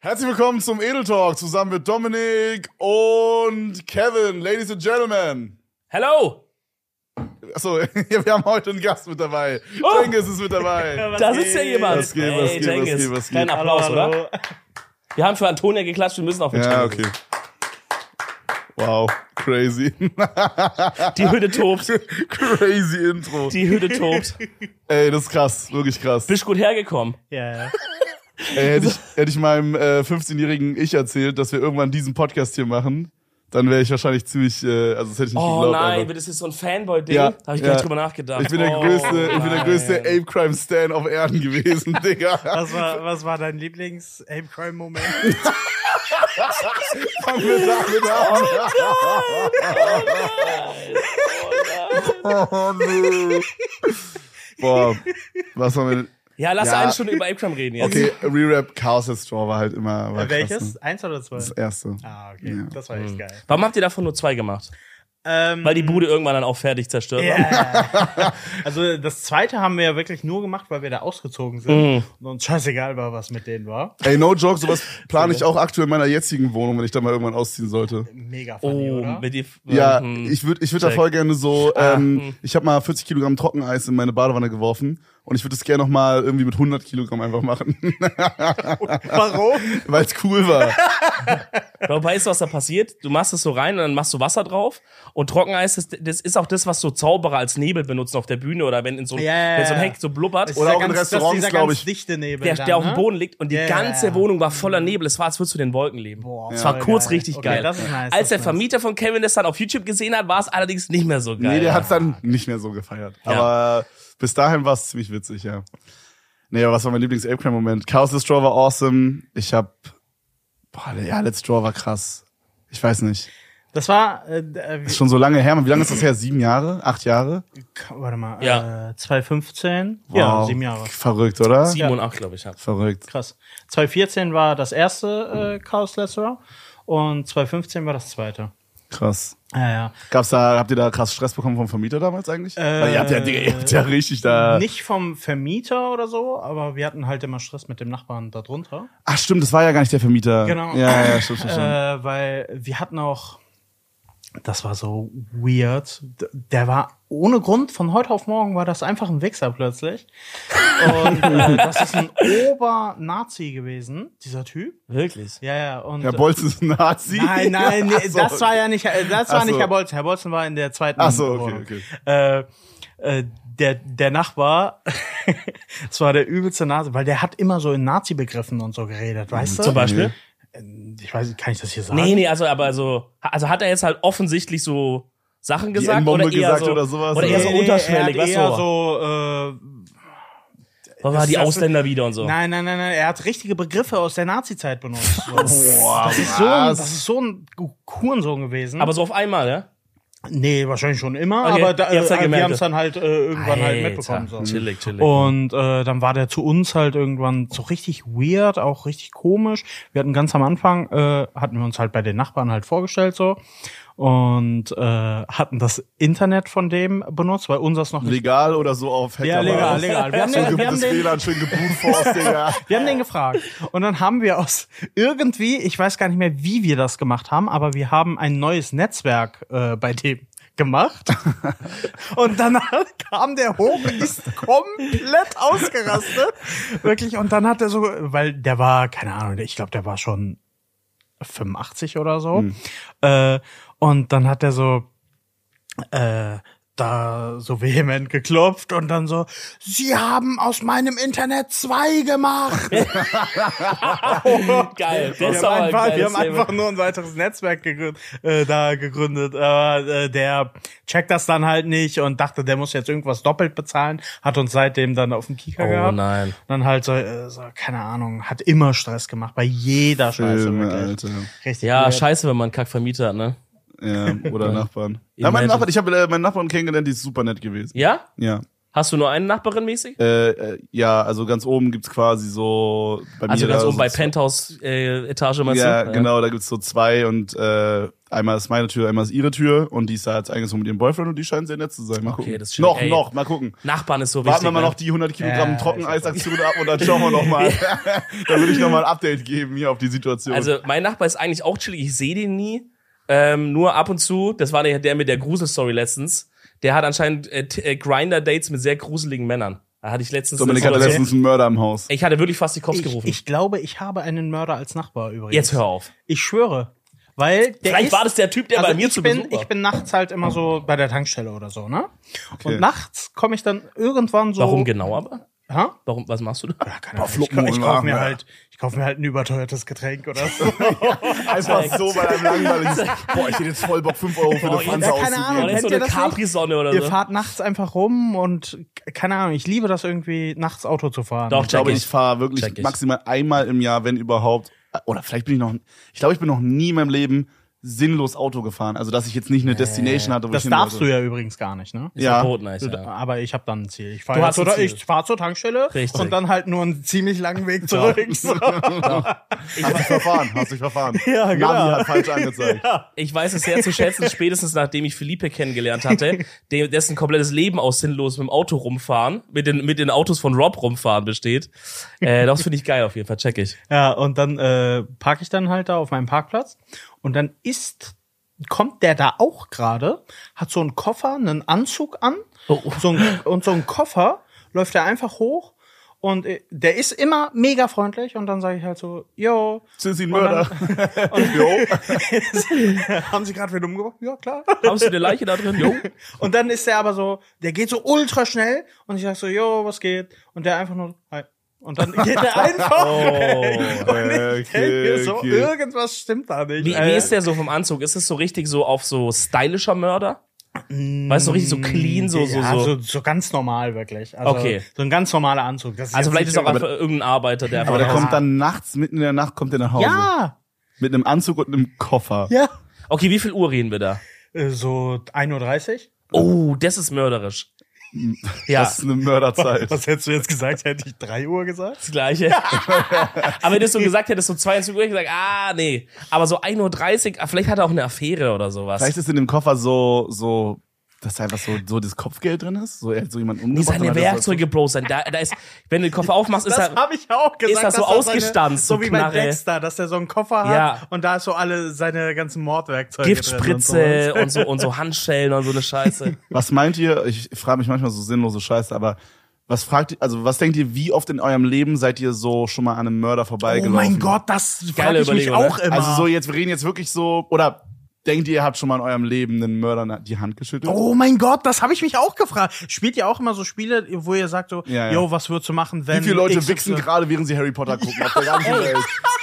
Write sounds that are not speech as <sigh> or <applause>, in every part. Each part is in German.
Herzlich willkommen zum Edel Talk zusammen mit Dominik und Kevin, Ladies and Gentlemen. Hello! Achso, <laughs> wir haben heute einen Gast mit dabei. Oh! Cengiz ist mit dabei. Da sitzt <laughs> ja jemand. Was geht, was geht, was Cengiz. geht, was geht? Kleinen Applaus, oder? Hallo. Wir haben für Antonia geklatscht, wir müssen auf den Ja, Cengiz. okay. Wow, crazy. <laughs> Die Hütte tobt. crazy Intro. Die <laughs> Hütte tobt. Ey, das ist krass, wirklich krass. Bist gut hergekommen. Ja, ja. Ey, hätte, ich, hätte ich meinem äh, 15-jährigen Ich erzählt, dass wir irgendwann diesen Podcast hier machen, dann wäre ich wahrscheinlich ziemlich, äh, also das hätte ich nicht Oh geglaubt. nein, einfach. wird das jetzt so ein Fanboy-Ding? Ja, Da habe ich ja. gar nicht drüber nachgedacht. Ich bin der oh, größte, ich bin der nein. größte Ape Crime Stan auf Erden gewesen, <laughs> Digga. Was war, was war dein Lieblings-Ape-Crime-Moment? Fangen wir damit an. Oh nö. Boah, was war mit. Ja, lass Ja. eine Stunde über Apecrime reden jetzt. Okay, Rerap Chaos at Straw war halt immer. War krass, Welches? ne? Eins oder zwei? Das erste. Ah, okay. Ja. Das war Hm. echt geil. Warum habt ihr davon nur zwei gemacht? Ähm, Weil die Bude irgendwann dann auch fertig zerstört war? Yeah. <laughs> Also das zweite haben wir ja wirklich nur gemacht, weil wir da ausgezogen Hm. sind und uns scheißegal war, was mit denen war. Ey, no joke, sowas plane ich auch aktuell in meiner jetzigen Wohnung, wenn ich da mal irgendwann ausziehen sollte. Mega funny, Oh, oder? mit die, <laughs> Ja, Mhm. ich würde ich würd da check. voll gerne so, ähm, ich habe mal 40 Kilogramm Trockeneis in meine Badewanne geworfen und ich würde es gerne nochmal irgendwie mit 100 Kilogramm einfach machen, <laughs> <laughs> Warum? weil es cool war. Aber weißt du, was da passiert? Du machst es so rein und dann machst du Wasser drauf. Und Trockeneis, das, das ist auch das, was so Zauberer als Nebel benutzen auf der Bühne oder wenn in so, Ja. wenn so ein Heck so blubbert. Das Oder ist ja auch in ganz- das ist Restaurants, dieser glaub ganz ich. dichte Nebel der, dann, der auf dem ne? Boden liegt und die Ja. Mhm. ganze Wohnung war voller Nebel. Es war, als würdest du den Wolken leben. Boah, es war voll kurz geil. richtig Okay, geil. das ist nice, das als ist der nice. Vermieter von Kevin das dann auf YouTube gesehen hat, war es allerdings nicht mehr so geil. Nee, der hat's dann nicht mehr so gefeiert. Aber bis dahin war's ziemlich witzig, ja. Nee, aber was war mein lieblings ape moment Chaos Let's Draw war awesome. Ich hab. Boah, ja, Let's Draw war krass. Ich weiß nicht. Das war, äh, äh, Ist schon so lange her. Wie lange ist das her? Sieben Jahre? Acht Jahre? warte mal, Ja. äh, 2015? Ja, Wow. sieben Jahre. Verrückt, oder? Sieben und acht, glaube ich. Ja. Verrückt. Krass. 2014 war das erste äh, Chaos Lacerer und 2015 war das zweite. Krass. Ja, ja. Gab's da, habt ihr da krass Stress bekommen vom Vermieter damals eigentlich? Weil ihr habt ja, Digga, ihr habt ja <laughs> richtig da. Äh, Nicht vom Vermieter oder so, aber wir hatten halt immer Stress mit dem Nachbarn darunter. Ach stimmt, das war ja gar nicht der Vermieter. Genau. Ja, ja, stimmt, stimmt. Äh, stimmt. weil wir hatten auch, das war so weird. D- Der war ohne Grund, von heute auf morgen war das einfach ein Wichser plötzlich. Und äh, das ist ein Ober-Nazi gewesen, dieser Typ. Wirklich? Ja, ja. Und, Herr Bolz ist ein Nazi. Äh, <laughs> Nein, nein, <laughs> Ach nee, so, das war ja nicht, äh, das Ach war so. nicht Herr Bolzen. Herr Bolzen war in der zweiten. Ach so, okay, Wohnung. okay. Äh, äh, der, der Nachbar, <laughs> das war der übelste Nazi, weil der hat immer so in Nazi-Begriffen und so geredet, weißt du? Mhm. Zum Beispiel? Ich weiß nicht, kann ich das hier sagen? Nee, nee, also, aber so, also hat er jetzt halt offensichtlich so Sachen gesagt N-Bombe oder eher gesagt so, oder sowas, Oder eher oder? so Nee, nee, unterschwellig, er hat weißt eher du? so, äh, War war das- die das- Ausländer wieder und so. Nein, nein, nein, nein, er hat richtige Begriffe aus der Nazi-Zeit benutzt. So. Boah, das, ist so ein, das ist so ein Hurensohn gewesen. Aber so auf einmal, ja? nee, wahrscheinlich schon immer, Okay, aber da, ihr habt's dann äh, wir gemerkt. haben es dann halt äh, irgendwann halt Alter, mitbekommen. So. Chillig, chillig. Und äh, dann war der zu uns halt irgendwann so richtig weird, auch richtig komisch. Wir hatten ganz am Anfang, äh, hatten wir uns halt bei den Nachbarn halt vorgestellt so und äh, hatten das Internet von dem benutzt, weil unseres noch nicht. Legal oder so auf Hacker? Ja, legal, war. legal. <laughs> Wir haben, Schön den, wir, haben gutes den, WLAN, schön gebootforst, Digga. wir haben den gefragt. Und dann haben wir aus irgendwie, ich weiß gar nicht mehr, wie wir das gemacht haben, aber wir haben ein neues Netzwerk äh, bei dem gemacht. Und dann kam der hoch, ist komplett ausgerastet. Wirklich. Und dann hat er so, weil der war, keine Ahnung, ich glaube, der war schon 85 oder so. Äh, und dann hat er so, äh, da so vehement geklopft und dann so, sie haben aus meinem Internet zwei gemacht. <laughs> Geil, das Wir ist haben, aber ein einfach, wir geiles haben einfach Statement. nur ein weiteres Netzwerk gegründet, äh, da gegründet. Aber äh, der checkt das dann halt nicht und dachte, der muss jetzt irgendwas doppelt bezahlen. Hat uns seitdem dann auf den Kieker Oh gehabt. nein. Dann halt so, äh, so, keine Ahnung, hat immer Stress gemacht, bei jeder Scheiße. Filme, wirklich. Alter. Richtig. Äh, Ja, weird. scheiße, wenn man einen Kackvermieter hat, ne? Ja, <laughs> oder Nachbarn. Imagine. Ja, meine Nachbarn, ich habe äh, meinen Nachbarn kennengelernt, die ist super nett gewesen. Ja? Ja. Hast du nur eine Nachbarin mäßig? Äh, äh, ja, also ganz oben gibt's quasi so bei Also mir ganz da oben bei so, Penthouse-Etage meinst Ja, du? Äh, genau, da gibt's so zwei und äh, einmal ist meine Tür, einmal ist ihre Tür und die ist da jetzt eingezogen mit ihrem Boyfriend und die scheinen sehr nett zu sein. Mal Okay, gucken. das ist schön. noch, Ey. noch, mal gucken. Nachbarn ist so wichtig. Warten wir mal ne? noch die 100 Kilogramm Ja, Trockeneisaktion ab und dann schauen wir <laughs> nochmal. <laughs> da würde ich nochmal ein Update geben hier auf die Situation. Also mein Nachbar ist eigentlich auch chillig, ich sehe den nie. Ähm, nur ab und zu, das war der, der mit der Gruselstory letztens, der hat anscheinend äh, T- äh, Grinder-Dates mit sehr gruseligen Männern. Da hatte ich letztens. Dominik eine hatte Situation- letztens einen Mörder im Haus. ich hatte wirklich fast die Kopf Ich, gerufen. ich glaube, ich habe einen Mörder als Nachbar übrigens. Jetzt hör auf. Ich schwöre. Weil der Vielleicht ist, war das der Typ, der also bei mir ich zu bin, Besuch war. Ich bin nachts halt immer so bei der Tankstelle oder so, ne? Okay. Und nachts komme ich dann irgendwann so. Warum genau aber? Ha? Warum, was machst du da? Ja, keine Ahnung. Ich, Fluppen ich, ich holen kaufe waren mir wir. halt, ich kaufe mir halt ein überteuertes Getränk oder <laughs> so. Einfach so, weil einem langweilig <laughs> ist. Boah, ich hätte jetzt voll Bock, 5 Euro für eine Oh, Pfanze ja, keine Ahnung, auszugeben. Oder ist so kennt ihr eine das nicht? Capri-Sonne oder Ihr so? fahrt nachts einfach rum und k- keine Ahnung, ich liebe das irgendwie, nachts Auto zu fahren. Doch, Ich glaube, Check ich fahre wirklich Check ich. maximal einmal im Jahr, wenn überhaupt. Oder vielleicht bin ich noch. Ich glaube, ich bin noch nie in meinem Leben sinnlos Auto gefahren. Also, dass ich jetzt nicht eine Destination hatte, wo Äh, das ich hin darfst wollte. du ja übrigens gar nicht, ne? Ja. Verboten, heißt, ja. Aber ich habe dann ein Ziel. Ich Du fahre hast ein oder Ziel. ich fahre zur Tankstelle Richtig. und dann halt nur einen ziemlich langen Weg zurück. So. Hast dich verfahren, hast dich verfahren. <laughs> Ja, genau. Navi hat falsch angezeigt. Ich weiß es sehr zu schätzen, spätestens nachdem ich Felipe kennengelernt hatte, dem, dessen komplettes Leben aus sinnlos mit dem Auto rumfahren, mit den, mit den Autos von Rob rumfahren besteht. Äh, das finde ich geil auf jeden Fall, check ich. Ja, und dann äh, parke ich dann halt da auf meinem Parkplatz und dann ist kommt der da auch gerade, hat so einen Koffer, einen Anzug an Oh, oh. So ein, und so ein Koffer läuft er einfach hoch und äh, der ist immer mega freundlich und dann sage ich halt so, yo, Tschüssi, ein Mörder. <laughs> haben Sie gerade wieder umgebracht? Ja, klar. Haben Sie eine Leiche da drin? Jo. <laughs> Und dann ist der aber so, der geht so ultra schnell und ich sage so, yo, was geht? Und der einfach nur, hi. Und dann geht er einfach. <laughs> Oh. Und ich denke mir so, okay. irgendwas stimmt da nicht. Wie, wie Äh, ist der so vom Anzug? Ist es so richtig so auf so stylischer Mörder? Weißt du, so richtig so clean, so, so, ja, so. Also so, so ganz normal wirklich. Also, Okay. So ein ganz normaler Anzug. Das Also jetzt vielleicht ist nicht auch einfach irgendein Arbeiter, der Aber der einfach- kommt dann nachts, mitten in der Nacht, kommt er nach Hause. Ja, Mit einem Anzug und einem Koffer. ja. Okay, wie viel Uhr reden wir da? Äh, So 1.30 Uhr. Oh, das ist mörderisch. <laughs> Ja, Das ist eine Mörderzeit. Was hättest du jetzt gesagt? Hätte ich 3 Uhr gesagt? <laughs> das Gleiche. aber wenn du es so gesagt hättest, so 22 Uhr, hätte ich gesagt, ah, nee. Aber so 1.30 Uhr, ah, vielleicht hat er auch eine Affäre oder sowas. Vielleicht ist in dem Koffer so, so, dass da einfach so, so das Kopfgeld drin ist. So, er hat so jemanden nee, umgebracht. seine aber das- Werkzeuge, Bro, sein. Da, da ist, wenn du den Koffer aufmachst, ist Das er. habe ich auch gesagt. halt- Ist das so dass er seine- ausgestanzt, so So wie bei Knarre? Dexter, dass er so einen Koffer hat Ja. und da ist so alle seine ganzen Mordwerkzeuge drin Giftspritze und so, und so Handschellen und so <laughs> eine Scheiße. Was meint ihr? Ich frage mich manchmal so sinnlose Scheiße, aber was fragt ihr, also was denkt ihr, wie oft in eurem Leben seid ihr so schon mal an einem Mörder Und so. Oh vorbeigelaufen? mein Gott, das frage Geile ich mich Überlegung, ne? auch immer. Also so, jetzt, wir reden jetzt wirklich so, oder denkt ihr, ihr habt schon mal in eurem Leben einen Mörder die Hand geschüttelt? Oh mein Gott, das habe ich mich auch gefragt. Spielt ihr auch immer so Spiele, wo ihr sagt so, Ja, ja. yo, was würdest du machen, wenn Wie viele Leute XY wichsen gerade, während sie Harry Potter gucken <laughs> auf der ganzen Welt?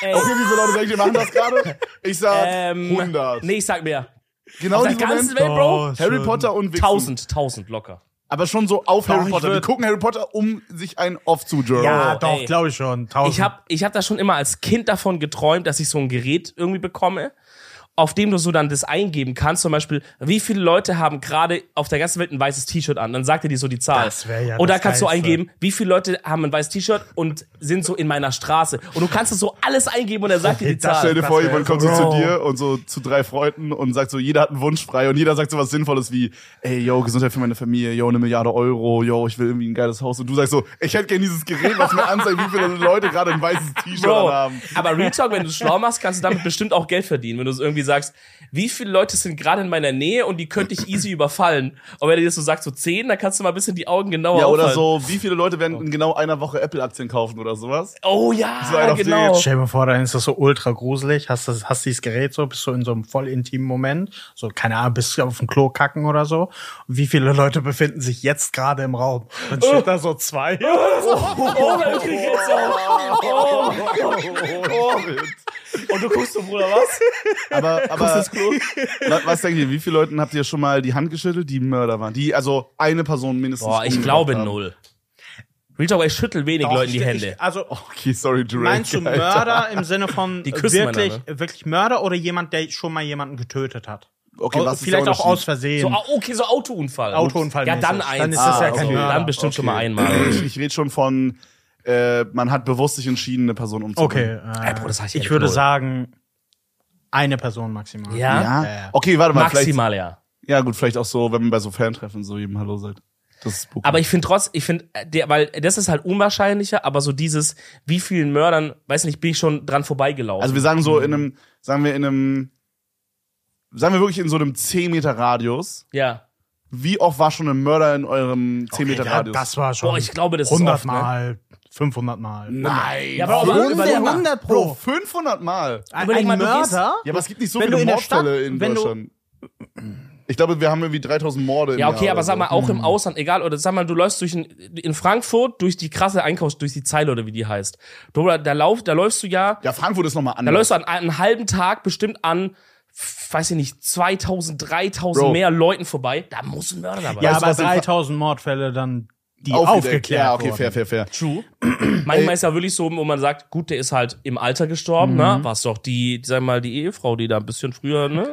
Ey, Okay, wie viele Leute denkt ihr, machen das gerade? Ich sag ähm, 100. Nee, ich sag mehr. genau Auf der diese ganzen Moment. Welt, Bro? Oh, Harry schon. Potter und Wichsen. 1000, 1000 locker. Aber schon so auf Doch, Harry ich Potter. Die würd- gucken Harry Potter, um sich einen off zu jerken. Ja, Oh, doch, ey. glaube ich schon. Tausend. Ich habe ich hab da schon immer als Kind davon geträumt, dass ich so ein Gerät irgendwie bekomme, auf dem du so dann das eingeben kannst. Zum Beispiel, wie viele Leute haben gerade auf der ganzen Welt ein weißes T-Shirt an? Dann sagt er dir so die Zahl. Das wär ja und da das kannst du Geilste. eingeben, wie viele Leute haben ein weißes T-Shirt und sind so in meiner Straße. Und du kannst es so alles eingeben und er sagt dir die Das Stell Zahl. dir Das vor, wär jemand so kommt so zu Bro. dir und so zu drei Freunden und sagt so, jeder hat einen Wunsch frei und jeder sagt so was Sinnvolles wie, ey, yo, Gesundheit für meine Familie, yo, eine Milliarde Euro, yo, ich will irgendwie ein geiles Haus. Und du sagst so, ich hätte gern dieses Gerät, was mir anzeigt, wie viele Leute gerade ein weißes T-Shirt Bro, haben. aber Real Talk, wenn du es schlau machst, kannst du damit bestimmt auch Geld verdienen, wenn du es irgendwie sagst, wie viele Leute sind gerade in meiner Nähe und die könnte ich easy überfallen. Und wenn du dir so sagst, so zehn, dann kannst du mal ein bisschen die Augen genauer Ja, oder aufhalten. so, wie viele Leute werden in genau einer Woche Apple-Aktien kaufen oder sowas? Oh ja, So ein auf genau. Stell dir mal vor, dann ist das so ultra gruselig. Hast das, hast dieses Gerät so, bist so in so einem voll intimen Moment. So, keine Ahnung, bist auf dem Klo kacken oder so. Wie viele Leute befinden sich jetzt gerade im Raum? Dann steht da so zwei. Oh, mein Krieg jetzt auch. Oh. Und du guckst so, <laughs> Bruder, was? Aber, aber wa- was denkt ihr, wie viele Leuten habt ihr schon mal die Hand geschüttelt, die Mörder waren? Die, also eine Person mindestens. Boah, ich umgebracht glaube haben. null. Real Talk, ich schüttel wenig Leuten die Ich- Hände. Oh, Ich, also, Okay, sorry, Drake. meinst du Alter. Mörder im Sinne von küssen wirklich, einander, wirklich Mörder oder jemand, der schon mal jemanden getötet hat? Okay, Au- was ist vielleicht der auch aus Unterschied? Versehen. So, au- okay, so Autounfall. Autounfall Ja, dann mäßig. eins. Ah, Dann ist das ja kein okay. Übel. Dann bestimmt schon mal einmal. Ich, ich rede schon von, äh, man hat bewusst sich entschieden, eine Person okay. umzubringen. Äh, Ey, Bro, das sag ich ich ehrlich, würde null. sagen, eine Person maximal. Äh, Ja. Ja. Ja, ja. Okay, warte mal. Vielleicht, Maximal, ja. ja, gut, vielleicht auch so, wenn man bei so Fantreffen so jedem Hallo sagt. Das ist Pokémon. Aber ich finde trotz, ich finde, äh, der, weil das ist halt unwahrscheinlicher, aber so dieses, wie vielen Mördern, weiß nicht, bin ich schon dran vorbeigelaufen. Also wir sagen so in einem, sagen wir in einem, sagen wir wirklich in so einem 10 Meter Radius. ja. Wie oft war schon ein Mörder in eurem 10 Okay, Meter da- Radius? Das war schon. Boah, ich glaube, das ist 100 oft, ne? Mal, 500 Mal. Nein. Ja, aber auch mal überleg mal. 100 Bro, pro. 500 Mal. Ein, Überleg ein mal, du Mörder? Ja, aber es gibt nicht so Wenn du viele in der Stadt- Mordfälle in wenn du- Deutschland. Ich glaube, wir haben irgendwie 3000 Morde im Ja, okay, Jahr aber oder so. sag Hm. mal, auch im Ausland, egal, oder sag mal, du läufst durch ein, in Frankfurt durch die krasse Einkaufs-, durch die Zeile oder wie die heißt. Da, da, lauf, da läufst du ja, Ja, Frankfurt ist nochmal da anders. läufst du an einem halben Tag bestimmt an, f- weiß ich nicht, 2000, 3000 Bro. mehr Leuten vorbei. Da muss ein Mörder dabei Ja, Weißt du, aber was in Fra- 3000 Mordfälle dann, die Aufgedeckt. aufgeklärt Ja, okay, wurden. fair, fair, fair. True. Manchmal ist ja wirklich so, wo man sagt, gut, der ist halt im Alter gestorben, Mhm. ne? War es doch die, sag mal, die Ehefrau, die da ein bisschen <laughs> früher, ne?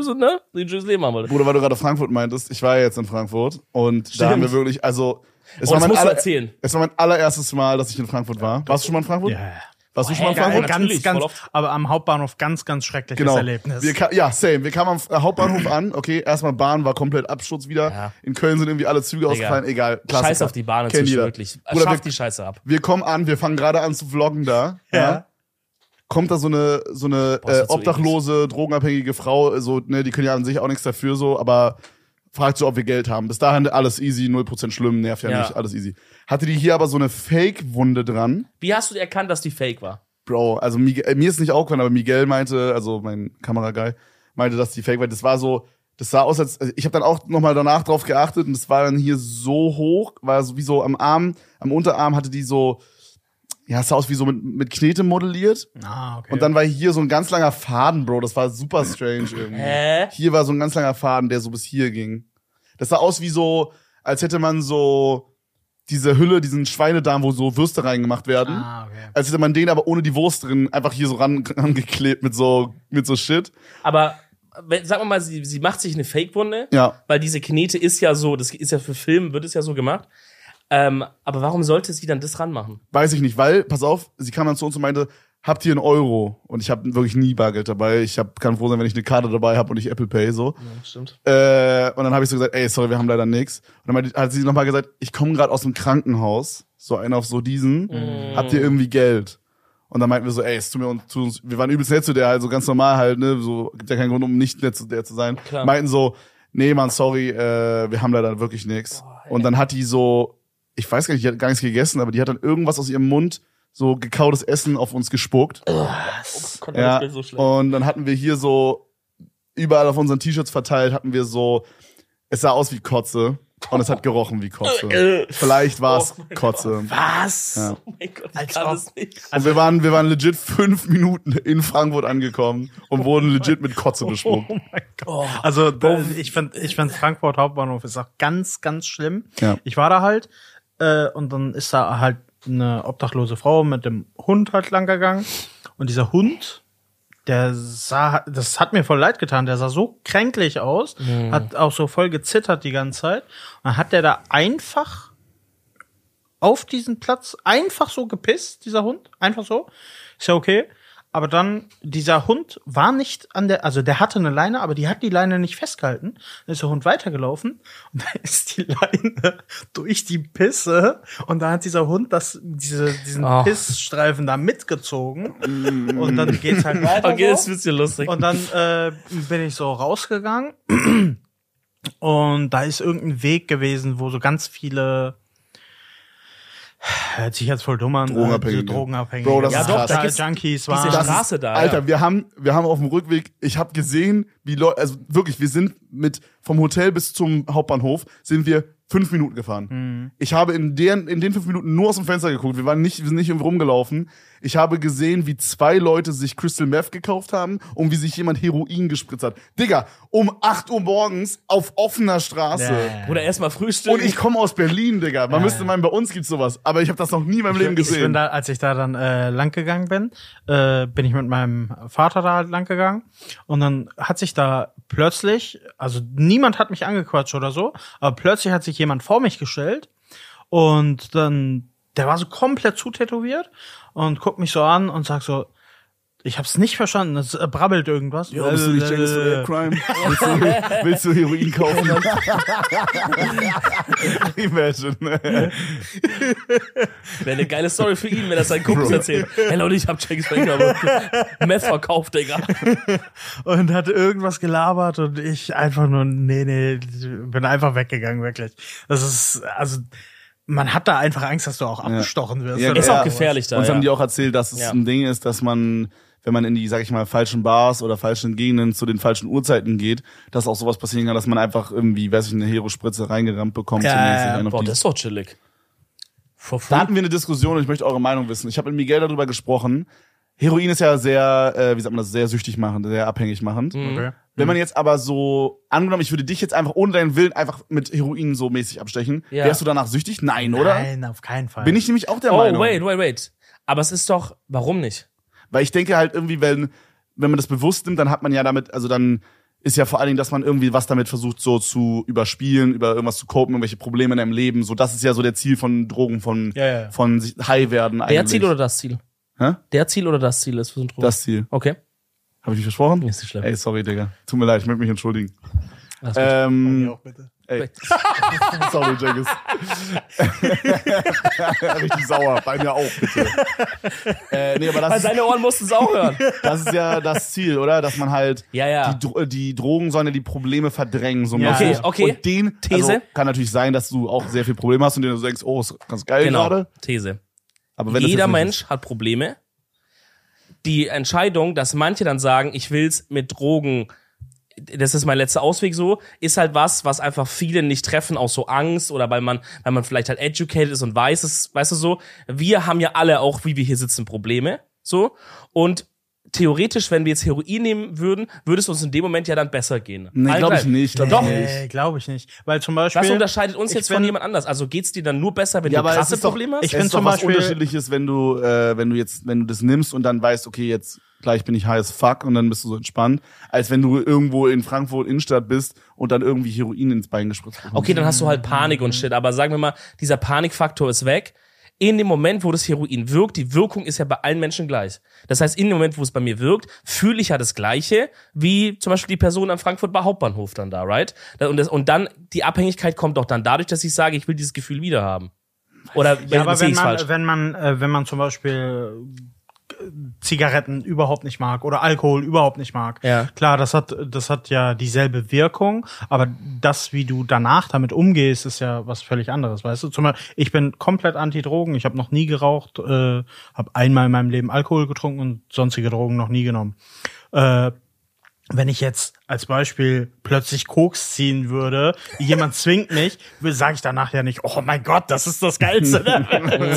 so, ne? Die ein schönes Leben haben wollte. Bruder, weil du gerade Frankfurt meintest, ich war ja jetzt in Frankfurt und da haben wir wirklich, also es, war Oh, das mein musst du aller- erzählen. es war mein allererstes Mal, dass ich in Frankfurt war. Warst du schon mal in Frankfurt? Ja, ja. Warst du schon mal in Boah, Frankfurt? Oh, geil, ganz, natürlich, ganz, voll oft. aber am Hauptbahnhof ganz, ganz schreckliches Erlebnis. Genau. Wir ka- ja, same. Wir kamen am F- äh, Hauptbahnhof an. Okay, erstmal Bahn war komplett Absturz wieder. Ja. In Köln sind irgendwie alle Züge ausgefallen. Egal. Klassiker. Scheiß auf die Bahn Kennt inzwischen, jeder. wirklich. Bruder, wir, Schaff die Scheiße ab. wir kommen an, wir fangen gerade an zu vloggen da. Ja. Kommt da so eine, so eine ist äh, das so obdachlose, drogenabhängige Frau, äh, so, ne, die können ja an sich auch nichts dafür, so, aber fragt so, ob wir Geld haben. Bis dahin alles easy, 0% schlimm, nervt ja, Ja. nicht, alles easy. Hatte die hier aber so eine Fake-Wunde dran. Wie hast du erkannt, dass die fake war? Bro, also Miguel, äh, mir ist nicht aufgefallen, aber Miguel meinte, also mein Kameraguy, meinte, dass die Fake war. Das war so, das sah aus, als also ich habe dann auch nochmal danach drauf geachtet und das war dann hier so hoch, war so wie so am Arm, am Unterarm hatte die so, ja, es sah aus wie so mit, mit Knete modelliert. ah, okay. Und dann war hier so ein ganz langer Faden, Bro. Das war super strange irgendwie. Hä? Hier war so ein ganz langer Faden, der so bis hier ging. Das sah aus wie so, als hätte man so diese Hülle, diesen Schweinedarm, wo so Würste reingemacht werden ah, okay. als hätte man den aber ohne die Wurst drin einfach hier so ran, <laughs> rangeklebt mit so, mit so Shit. Aber wenn- sagen wir mal, sie, sie macht sich eine Fake-Wunde, Ja. weil diese Knete ist ja so, das ist ja für Film, wird es ja so gemacht. Ähm, aber warum sollte sie dann das ranmachen? Weiß ich nicht, weil, pass auf, sie kam dann zu uns und meinte, habt ihr einen Euro? Und ich habe wirklich nie Bargeld dabei. Ich hab, kann froh sein, wenn ich eine Karte dabei habe und ich Apple Pay so. stimmt. Äh, und dann habe ich so gesagt, ey, sorry, wir haben leider nix. Und dann meinte, hat sie nochmal gesagt, ich komme gerade aus dem Krankenhaus, so einen auf so diesen, Mm. habt ihr irgendwie Geld? Und dann meinten wir so, ey, es tut mir und tut uns, wir waren übelst nett zu der, halt so ganz normal halt, ne, so gibt ja keinen Grund, um nicht nett zu der zu sein. Klar. Meinten so, nee, Mann, sorry, äh, wir haben leider wirklich nix. und dann hat die so, ich weiß gar nicht, die hat gar nichts gegessen, aber die hat dann irgendwas aus ihrem Mund so gekautes Essen auf uns gespuckt. Oh Ja, Oh. und dann hatten wir hier so überall auf unseren T-Shirts verteilt, hatten wir so, es sah aus wie Kotze und es hat gerochen wie Kotze. Vielleicht war es äh. Oh mein Kotze. Was? Ja. Oh mein Gott, ich Als kann ob. das nicht. Und wir waren, wir waren legit fünf Minuten in Frankfurt angekommen und wurden legit mit Kotze bespuckt. Oh mein Oh. Gott. Also da, ich fand, ich fand Frankfurt Hauptbahnhof ist auch ganz, ganz schlimm. Ja. Ich war da halt äh, und dann ist da halt eine obdachlose Frau mit dem Hund halt lang gegangen und dieser Hund, der sah, das hat mir voll leid getan, der sah so kränklich aus, hat auch so voll gezittert die ganze Zeit und dann hat der da einfach auf diesen Platz einfach so gepisst, dieser Hund, einfach so. Ist ja okay. Aber dann, dieser Hund war nicht an der, also der hatte eine Leine, aber die hat die Leine nicht festgehalten. Dann ist der Hund weitergelaufen <laughs> und da ist die Leine durch die Pisse und da hat dieser Hund das, diese, diesen Ach. Pissstreifen da mitgezogen und dann geht's halt weiter. Okay, das ist so. ein bisschen lustig. Und dann äh, bin ich so rausgegangen und da ist irgendein Weg gewesen, wo so ganz viele hört sich jetzt voll dumm an, Drogenabhängige. äh, so Drogenabhängige. Bro, das Ja, ist doch, krass. da da gibt's Junkies diese waren. Das Straße ist, da, ja. Alter, wir haben, wir haben auf dem Rückweg, ich habe gesehen, wie Leute, also wirklich, wir sind mit vom Hotel bis zum Hauptbahnhof sind wir fünf Minuten gefahren. Ich habe in deren, in den fünf Minuten nur aus dem Fenster geguckt. Wir waren nicht, wir sind nicht irgendwo rumgelaufen. Ich habe gesehen, wie zwei Leute sich Crystal Meth gekauft haben und wie sich jemand Heroin gespritzt hat. Digga, um 8 Uhr morgens auf offener Straße. Ja. Oder erstmal Frühstück. Und ich komme aus Berlin, Digga. Man müsste meinen, bei uns gibt's sowas. Aber ich habe das noch nie in meinem Leben Ich bin gesehen. da, als ich da dann äh, lang gegangen bin, äh, bin ich mit meinem Vater da halt lang gegangen und dann hat sich da plötzlich, also niemand hat mich angequatscht oder so, aber plötzlich hat sich jemand vor mich gestellt und dann, der war so komplett zutätowiert und guckt mich so an und sagt so, ich hab's nicht verstanden, das äh, brabbelt irgendwas. Ja, bist du nicht James äh, Crime? Willst <laughs> du, willst du <laughs> Heroin kaufen? Imagine. Wäre eine geile Story für ihn, wenn das seinen Kumpels erzählt. Hey Leute, ich hab James Franco Meth verkauft, Digga. und hat irgendwas gelabert und ich einfach nur, nee, nee, bin einfach weggegangen, wirklich. Das ist, also, man hat da einfach Angst, dass du auch abgestochen wirst. Ja, genau. oder Ist auch Ja. gefährlich da. Uns haben die ja. auch erzählt, dass es Ja. ein Ding ist, dass man, wenn man in die, sag ich mal, falschen Bars oder falschen Gegenden zu den falschen Uhrzeiten geht, dass auch sowas passieren kann, dass man einfach irgendwie, weiß ich, eine Hero-Spritze reingerammt bekommt. Ja, zunächst ja, sich einen auf Boah, die- das ist doch chillig. For free. da hatten wir eine Diskussion und ich möchte eure Meinung wissen. Ich habe mit Miguel darüber gesprochen. Heroin ist ja sehr, äh, wie sagt man das, sehr süchtig machend, sehr abhängig machend. Mhm. Okay. Wenn man jetzt aber so, angenommen, ich würde dich jetzt einfach ohne deinen Willen einfach mit Heroin so mäßig abstechen, Ja. wärst du danach süchtig? Nein, oder? Nein, auf keinen Fall. Bin ich nämlich auch der oh, Meinung. wait, wait, wait. Aber es ist doch, warum nicht? Weil ich denke halt irgendwie, wenn, wenn man das bewusst nimmt, dann hat man ja damit, also dann ist ja vor allen Dingen, dass man irgendwie was damit versucht, so zu überspielen, über irgendwas zu copen, irgendwelche Probleme in einem Leben. So, das ist ja so der Ziel von Drogen, von, Ja, ja. von sich- High werden eigentlich. Der Ziel oder das Ziel? Hä? Der Ziel oder das Ziel ist für so ein Druck. Das Ziel. Okay. Habe ich nicht versprochen? Ist nicht schlimm. Ey, sorry, Digga. Tut mir leid, ich möchte mich entschuldigen. Alles gut. Ähm, Ja, auch bitte. ey. <laughs> sorry, Jaggis. Richtig sauer. Bei mir auch, bitte. Äh, nee, aber das, ist- Seine Ohren mussten es auch hören. das ist ja das Ziel, oder? Dass man halt Ja, ja. Die, Dro die Drogen sollen ja die Probleme verdrängen. So Ja. mäßig. Okay, okay. Und den These? Also, kann natürlich sein, dass du auch sehr viel Probleme hast und dir so denkst, oh, ist ganz geil Genau. gerade. These. Aber wenn das Jeder jetzt nicht Mensch hat Probleme. Die Entscheidung, dass manche dann sagen, ich will's mit Drogen, das ist mein letzter Ausweg so, ist halt was, was einfach viele nicht treffen, aus so Angst oder weil man, weil man vielleicht halt educated ist und weiß es, weißt du so. Wir haben ja alle auch, wie wir hier sitzen, Probleme, so. Und theoretisch, wenn wir jetzt Heroin nehmen würden, würde es uns in dem Moment ja dann besser gehen. Nee, Allen glaub ich gleich. nicht, glaub ich Doch. nicht. Nee, glaube ich nicht. Weil zum Beispiel. Das unterscheidet uns Ich jetzt von bin- jemand anders. Also geht's dir dann nur besser, wenn Ja, du aber es krasse ist doch- Probleme hast? ich es bin ist doch zum was Beispiel- unterschiedliches, wenn du, äh, wenn du jetzt, wenn du das nimmst und dann weißt, okay, jetzt gleich bin ich high as fuck und dann bist du so entspannt, als wenn du irgendwo in Frankfurt Innenstadt bist und dann irgendwie Heroin ins Bein gespritzt bekommst. Okay, dann hast du halt Panik und Shit, aber sagen wir mal, dieser Panikfaktor ist weg. In dem Moment, wo das Heroin wirkt, die Wirkung ist ja bei allen Menschen gleich. Das heißt, in dem Moment, wo es bei mir wirkt, fühle ich ja das Gleiche, wie zum Beispiel die Person am Frankfurter Hauptbahnhof dann da, right? Und, das, und dann, die Abhängigkeit kommt doch dann dadurch, dass ich sage, ich will dieses Gefühl wieder haben. Oder Ja, aber sehe wenn ich man, falsch? wenn man, äh, wenn man zum Beispiel äh, Zigaretten überhaupt nicht mag oder Alkohol überhaupt nicht mag. Ja. Klar, das hat, das hat ja dieselbe Wirkung, aber das, wie du danach damit umgehst, ist ja was völlig anderes, weißt du? Zum Beispiel, ich bin komplett anti-Drogen, ich habe noch nie geraucht, äh, habe einmal in meinem Leben Alkohol getrunken und sonstige Drogen noch nie genommen. Äh, wenn ich jetzt als Beispiel plötzlich Koks ziehen würde, jemand zwingt mich, sage ich danach ja nicht, oh mein Gott, das ist das Geilste. der Welt.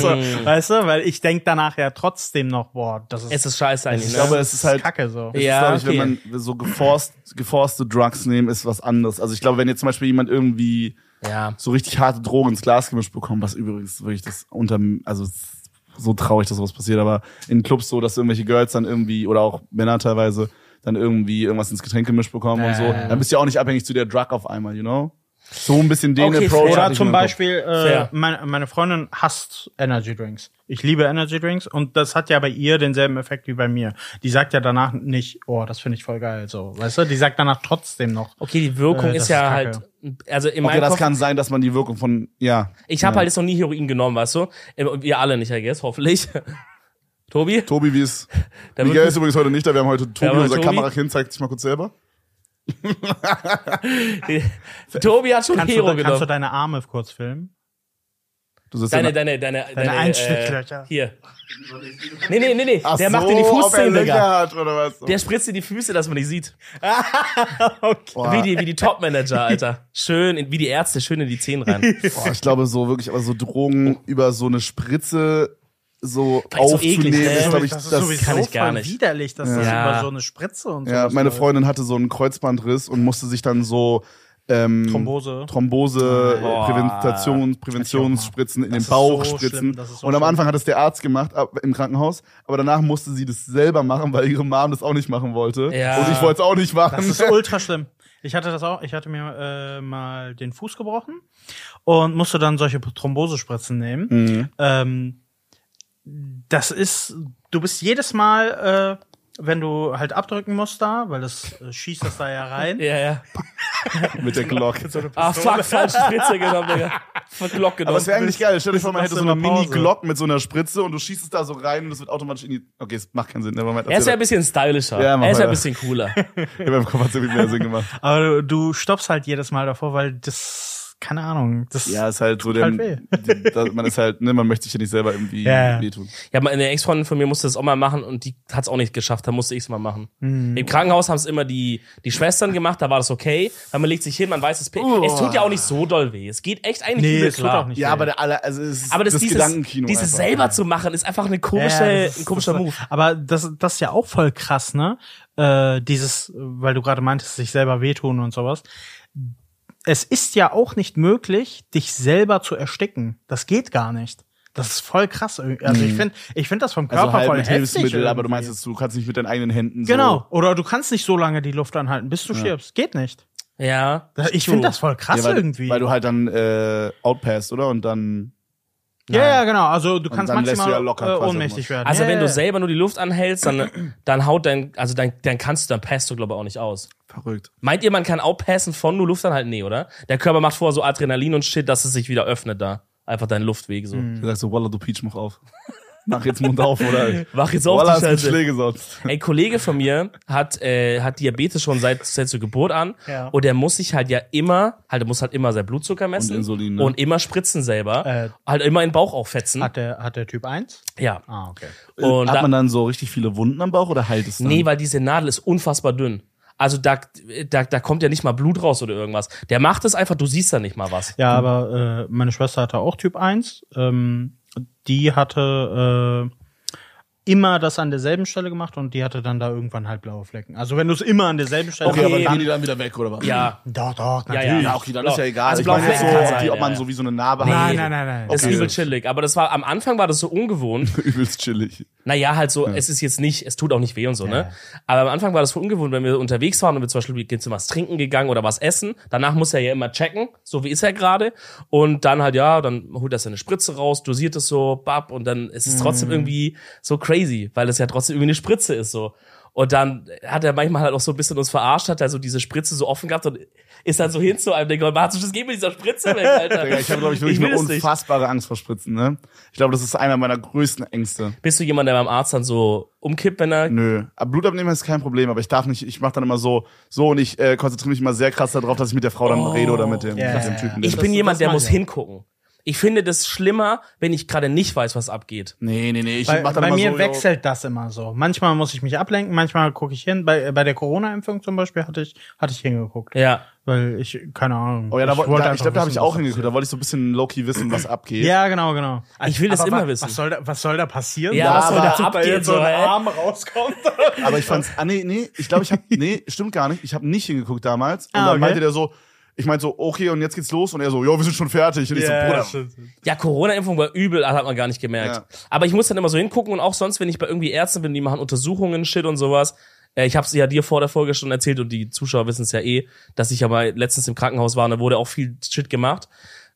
<laughs> so, weißt du, weil ich denk danach ja trotzdem noch, boah, das ist, es ist scheiße eigentlich, Ich ne? glaube, es ist halt, Kacke so. Es Ja, ist, glaube ich, wenn man so geforst, geforste Drugs nehmen, ist was anderes. Also ich glaube, wenn jetzt zum Beispiel jemand irgendwie ja. so richtig harte Drogen ins Glas gemischt bekommen, was übrigens wirklich das unter, also es ist so traurig, dass sowas passiert, aber in Clubs so, dass irgendwelche Girls dann irgendwie oder auch Männer teilweise dann irgendwie irgendwas ins Getränk gemischt bekommen und so, Äh. dann bist du ja auch nicht abhängig zu der Drug auf einmal, you know? So ein bisschen den Okay, Approach. fair. hatte Oder ich zum mir im Kopf. Beispiel, äh, Fair. meine, meine Freundin hasst Energy Drinks. Ich liebe Energy Drinks und das hat ja bei ihr denselben Effekt wie bei mir. Die sagt ja danach nicht, oh, das finde ich voll geil, so, weißt du? Die sagt danach trotzdem noch. Okay, die Wirkung Äh, das ist ja ist halt, Kacke. also in Okay, meinem das Kopf kann sein, dass man die Wirkung von, ja. Ich habe ja. halt jetzt noch nie Heroin genommen, weißt du? Ähm, Wir alle nicht, I guess, hoffentlich. <laughs> Tobi? Tobi, wie es. Da Miguel wird- ist übrigens heute nicht da. Wir haben heute Tobi, haben heute unser Tobi. Kamerakind, zeigt sich mal kurz selber. <laughs> Tobi hat schon Kannst, Hero du, kannst du genommen. deine Arme kurz filmen? Du sitzt Deine, in- deine, deine, deine, Einstücklöcher. Äh, hier. Nee, nee, nee, nee. Ach der so, macht dir die ob er Fußzehen, Digga. Löcher hat oder was? Der spritzt dir die Füße, dass man die <laughs> sieht. okay. Boah. Wie die, wie die Top-Manager, Alter. Schön, in, wie die Ärzte, schön in die Zehen <laughs> rein. Boah, Oh, ich glaube so wirklich, aber so Drogen Oh. über so eine Spritze so Weil so eklig, aufzunehmen, ne? ist, glaube ich, das ist das. sowieso kann ich gar voll nicht. widerlich, dass das Ja. über so eine Spritze und so. ja, meine Freundin hatte so einen Kreuzbandriss und musste sich dann so ähm, Thrombose. Thrombose, Boah. Präventation, Präventionsspritzen in den Das ist Bauch so spritzen. schlimm, das ist so und am schlimm. Anfang hat es der Arzt gemacht ab, im Krankenhaus, aber danach musste sie das selber machen, weil ihre Mom das auch nicht machen wollte. Ja. Und ich wollte es auch nicht machen. <laughs> Das <laughs> ist ultra schlimm. Ich hatte das auch, ich hatte mir äh, mal den Fuß gebrochen und musste dann solche Thrombosespritzen nehmen. Mhm. Ähm, das ist, du bist jedes Mal, äh, wenn du halt abdrücken musst da, weil das äh, schießt das da ja <laughs> <laughs> rein. Ja, ja. <laughs> mit der Glock. Ah, fuck, falsche Spritze genommen, <laughs> Digga. Fuck, Glock genommen. Aber es wäre eigentlich geil. Stell dir vor, man machst hätte du so eine in der Pause. Mini-Glock mit so einer Spritze und du schießt es da so rein und es wird automatisch in die. Okay, es macht keinen Sinn. Nevermind. er ist ja Erzähl ein bisschen stylischer. Ja, mach er ist ja ein weiter. bisschen cooler. <laughs> doch. In meinem Kopf hat es irgendwie mehr Sinn gemacht. Aber du, du stoppst halt jedes Mal davor, weil das, keine Ahnung, das Ja, ist halt so der. halt weh. die, da, man ist halt, ne, man möchte sich ja nicht selber irgendwie Ja, ja. wehtun. Ja, meine Ex-Freundin von mir musste das auch mal machen und die hat's auch nicht geschafft, da musste ich's mal machen. Mhm. Im Krankenhaus haben's immer die, die Schwestern gemacht, da war das okay, weil man legt sich hin, man weiß, es, pe- Uah. es tut ja auch nicht so doll weh. Es geht echt eigentlich Oh. Nee, übel es tut klar. auch nicht Ja, weh. aber der aller, also es ist Aber das, das dieses, Gedankenkino. dieses einfach. Also selber zu machen, ist einfach eine Ja, komische, das ist- ein komischer das, Move. Aber das, das ist ja auch voll krass, ne? Äh, dieses, weil du gerade meintest, sich selber wehtun und sowas. Es ist ja auch nicht möglich, dich selber zu ersticken. Das geht gar nicht. Das ist voll krass. irgendwie. Also ich finde, ich finde das vom Körper Mhm. Also halt voll mit heftig. Hilfsmittel, aber du irgendwie. meinst jetzt, du kannst nicht mit deinen eigenen Händen so. Genau. Oder du kannst nicht so lange die Luft anhalten, bis du stirbst. Geht nicht. Ja. Ich finde das voll krass Ja, weil, irgendwie. Weil du halt dann äh, outpasst, oder? Und dann. ja, ja, genau. Also du kannst dann lässt maximal du ja locker äh, quasi ohnmächtig irgendwas. werden. Also ja, wenn ja, du ja. selber nur die Luft anhältst, dann, dann haut dein, also dann, dann kannst du, dann passt du, glaube ich, auch nicht aus. Verrückt. Meint ihr, man kann outpassen von nur Luft anhalten? Nee, oder? Der Körper macht vorher so Adrenalin und Shit, dass es sich wieder öffnet da. Einfach dein Luftweg Mhm. so. Du sagst so, Walla, du Peach, mach auf. Mach jetzt Mund auf, oder? Wach jetzt auf, Walla, hast die du Scheiße. Schläge sonst. Ey, Kollege von mir hat, äh, hat Diabetes schon seit, seit zur Geburt an. Ja. Und der muss sich halt ja immer, halt, der muss halt immer sein Blutzucker messen. Und Insulin, ne? Und immer spritzen selber. Äh. halt immer in den Bauch auch fetzen. Hat der, hat der Typ eins? ja. Ah, okay. Und Hat da, man dann so richtig viele Wunden am Bauch oder heilt es dann? nee, weil diese Nadel ist unfassbar dünn. Also da, da, da kommt ja nicht mal Blut raus oder irgendwas. Der macht es einfach, du siehst da nicht mal was. Ja, Mhm. aber äh, meine Schwester hatte auch Typ 1. Ähm, die hatte äh, immer das an derselben Stelle gemacht und die hatte dann da irgendwann halt blaue Flecken. Also wenn du es immer an derselben Stelle Okay, Okay, aber dann- gehen die dann wieder weg, oder was? Ja. Doch, doch, Ja, natürlich. ja. Ja, okay, dann ist ja egal. Also ich meine jetzt so, blau- kann ob, die, sein, ob man ja, so wie so eine Narbe Nee. hat. Nein, nein, nein, nein. Das ist Okay. übel chillig. Aber das war, am Anfang war das so ungewohnt. Übelst chillig. Naja, halt so, es ist jetzt nicht, es tut auch nicht weh und so, ne? Aber am Anfang war das voll ungewohnt, wenn wir unterwegs waren und wir zum Beispiel wir sind was trinken gegangen oder was essen. Danach muss er ja immer checken, so wie ist er gerade. Und dann halt, ja, dann holt er seine Spritze raus, dosiert es so, bab, und dann ist es Mhm. trotzdem irgendwie so crazy, weil es ja trotzdem irgendwie eine Spritze ist, so. Und dann hat er manchmal halt auch so ein bisschen uns verarscht, hat er so diese Spritze so offen gehabt und ist dann so hin zu einem, der Gott, Martin, das geht mit dieser Spritze weg, Alter. <laughs> Digga, Ich habe, glaube ich, wirklich will eine das nicht. unfassbare Angst vor Spritzen, ne? Ich glaube, das ist einer meiner größten Ängste. Bist du jemand, der beim Arzt dann so umkippt, wenn er Nö. Aber Blut abnehmen ist kein Problem, aber ich darf nicht, ich mache dann immer so, so und ich äh, konzentriere mich immer sehr krass darauf, dass ich mit der Frau dann Oh. rede oder mit dem, Ja, mit dem ja, Typen. ja. der- Ich bin das jemand, der mag muss ich. hingucken. Ich finde das schlimmer, wenn ich gerade nicht weiß, was abgeht. nee, nee, nee, ich Bei, mach dann bei immer mir halt- so, wechselt das immer so. Manchmal muss ich mich ablenken, manchmal gucke ich hin. Bei, bei der Corona-Impfung zum Beispiel hatte ich, hatte ich hingeguckt. Ja. Weil ich, keine Ahnung. Oh ja, da, ich ich, wollte da, ich einfach glaube, da habe ich wissen, auch was hingeguckt. Da wollte ich so ein bisschen low-key wissen, <laughs> was abgeht. Ja, genau, genau. Ich will das Aber immer wa- wissen. Was soll da, was soll da passieren? Ja, was soll aber da ob Ob da abgehen? jetzt so So, ein hä? Arm rauskommt? <laughs> Aber ich fand's, ah, nee, nee, ich glaube, ich <laughs> habe, nee, stimmt gar nicht. Ich habe nicht hingeguckt damals. Und Ah, dann okay. meinte der so, ich meinte so, okay, und jetzt geht's los. Und er so, jo, wir sind schon fertig. Und ich so, Bruder, Ja, Corona-Impfung war übel, das hat man gar nicht gemerkt. Ja. Aber ich muss dann immer so hingucken und auch sonst, wenn ich bei irgendwie Ärzten bin, die machen Untersuchungen, Shit und sowas. Äh, Ich habe es ja dir vor der Folge schon erzählt und die Zuschauer wissen es ja eh, dass ich ja mal letztens im Krankenhaus war und da wurde auch viel Shit gemacht.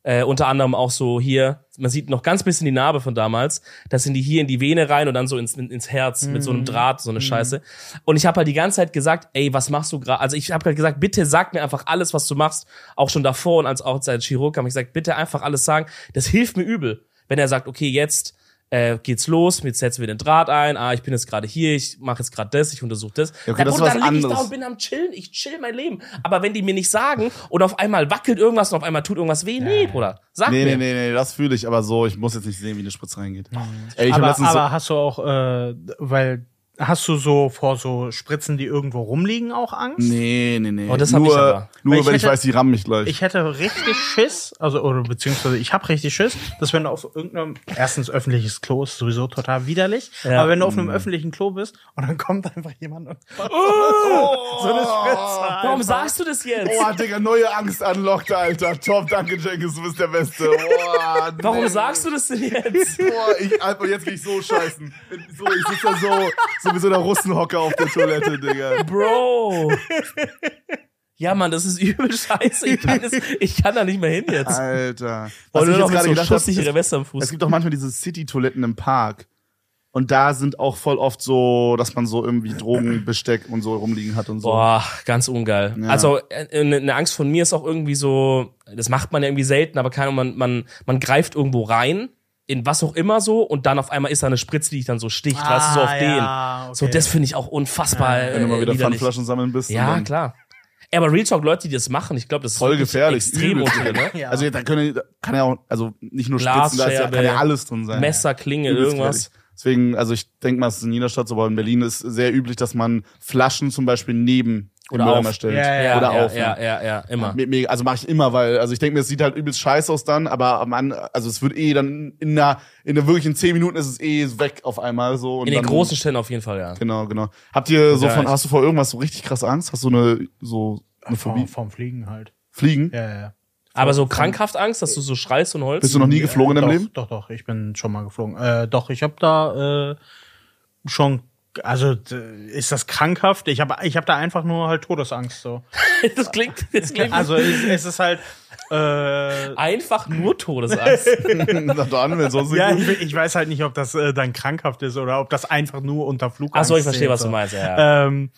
Äh, unter anderem auch so hier, man sieht noch ganz bisschen die Narbe von damals. Das sind die hier in die Vene rein und dann so ins, ins Herz mit so Mhm. einem Draht, so eine Scheiße. Und ich habe halt die ganze Zeit gesagt, ey, was machst du gerade? Also ich habe gerade gesagt, bitte sag mir einfach alles, was du machst. Auch schon davor und als auch als Chirurg habe ich gesagt, bitte einfach alles sagen. Das hilft mir übel, wenn er sagt, okay, jetzt äh, geht's los, jetzt setzen wir den Draht ein, ah, ich bin jetzt gerade hier, ich mache jetzt gerade das, ich untersuche das. Ja, okay, dann, das ist Bruder, was dann lieg ich da anderes. und bin am Chillen, ich chill mein Leben. Aber wenn die mir nicht sagen und auf einmal wackelt irgendwas und auf einmal tut irgendwas weh, nee, Bruder, sag Nee, nee, mir. nee, nee, das fühle ich, aber so, ich muss jetzt nicht sehen, wie eine Spritze reingeht. Ey, ich hab aber, letztens, aber hast du auch, äh, weil Hast du so vor so Spritzen, die irgendwo rumliegen, auch Angst? Nee, nee, nee. Oh, das hab ich nur, aber. nur Weil ich wenn ich hätte- weiß, die rammen mich gleich. Ich hätte richtig Schiss, also oder beziehungsweise ich habe richtig Schiss, dass wenn du auf irgendeinem erstens öffentliches Klo ist sowieso total widerlich, Ja. aber wenn du auf Mhm. einem öffentlichen Klo bist und dann kommt einfach jemand und so eine Spritze. Warum sagst du das jetzt? Oh, Boah, Digga, neue Angst unlocked, Alter. Top, danke, Jenkins, du bist der Beste. Boah, nee. Warum sagst du das denn jetzt? Boah, ich, Alter, jetzt geh ich so scheißen. So, ich sitze da so, so wie so der Russenhocker auf der Toilette, <laughs> Digga. Bro. Ja, Mann, das ist übel scheiße. Ich kann, das, <laughs> ich kann da nicht mehr hin jetzt. Ah, Alter. Weil du noch mit so einem hab, schusssichere es, Weste am es Fuß. gibt auch manchmal diese City-Toiletten im Park. Und da sind auch voll oft so, dass man so irgendwie Drogenbesteck und so rumliegen hat und so. Boah, ganz ungeil. Ja. Also äh, eine eine Angst von mir ist auch irgendwie so, das macht man ja irgendwie selten, aber keine Ahnung, man, man, man greift irgendwo rein, in was auch immer so, und dann auf einmal ist da eine Spritze, die ich dann so sticht, weißt du, so Ah, auf ja, den. okay. So, das finde ich auch unfassbar. Wenn du mal äh, wieder widerlich. Pfandflaschen sammeln bist. und Ja, dann- klar. Ey, Aber Real Talk, Leute, die das machen, ich glaube, das ist Voll wirklich gefährlich. extrem übel uncool, ne? gefährlich. ne? Also da können, kann ja auch, also nicht nur Spitzen, da ist ja, Glasscherbe, kann ja alles drin sein. Messer, Klinge, Übelst irgendwas. gefährlich. Deswegen, also ich denke mal, es ist in jeder Stadt so, aber in Berlin ist sehr üblich, dass man Flaschen zum Beispiel neben den Oder Mülleimer auf. stellt. Ja, ja, oder ja, auf. Ja, ne? ja, ja, immer. Me- me- Also mache ich immer, weil, also ich denke mir, es sieht halt übelst scheiße aus dann, aber am An- also es wird eh dann in einer, in einer wirklich in zehn Minuten ist es eh weg auf einmal so. Und In den dann, großen Städten auf jeden Fall, ja. Genau, genau. Habt ihr so Ja, von, ich- hast du vor irgendwas so richtig krass Angst? Hast du eine, so eine Phobie? Vom, vom Fliegen halt. Fliegen? Ja, ja, ja. Aber so krankhaft Angst, dass du so schreist und holst. <laughs> Bist du noch nie geflogen äh, in doch, deinem Leben? Doch, doch, ich bin schon mal geflogen. Äh, doch, ich habe da äh, schon, also d- ist das krankhaft? Ich habe ich hab da einfach nur halt Todesangst so. Das klingt, das klingt Also es, es ist halt. Äh, einfach nur <laughs> Todesangst. <laughs> Na dann, wenn sonst nicht ja, gut. ich, ich weiß halt nicht, ob das äh, dann krankhaft ist oder ob das einfach nur unter Flugangst Ach so, ich verstehe, zählt, was du so. meinst. Ja, ja. Ähm,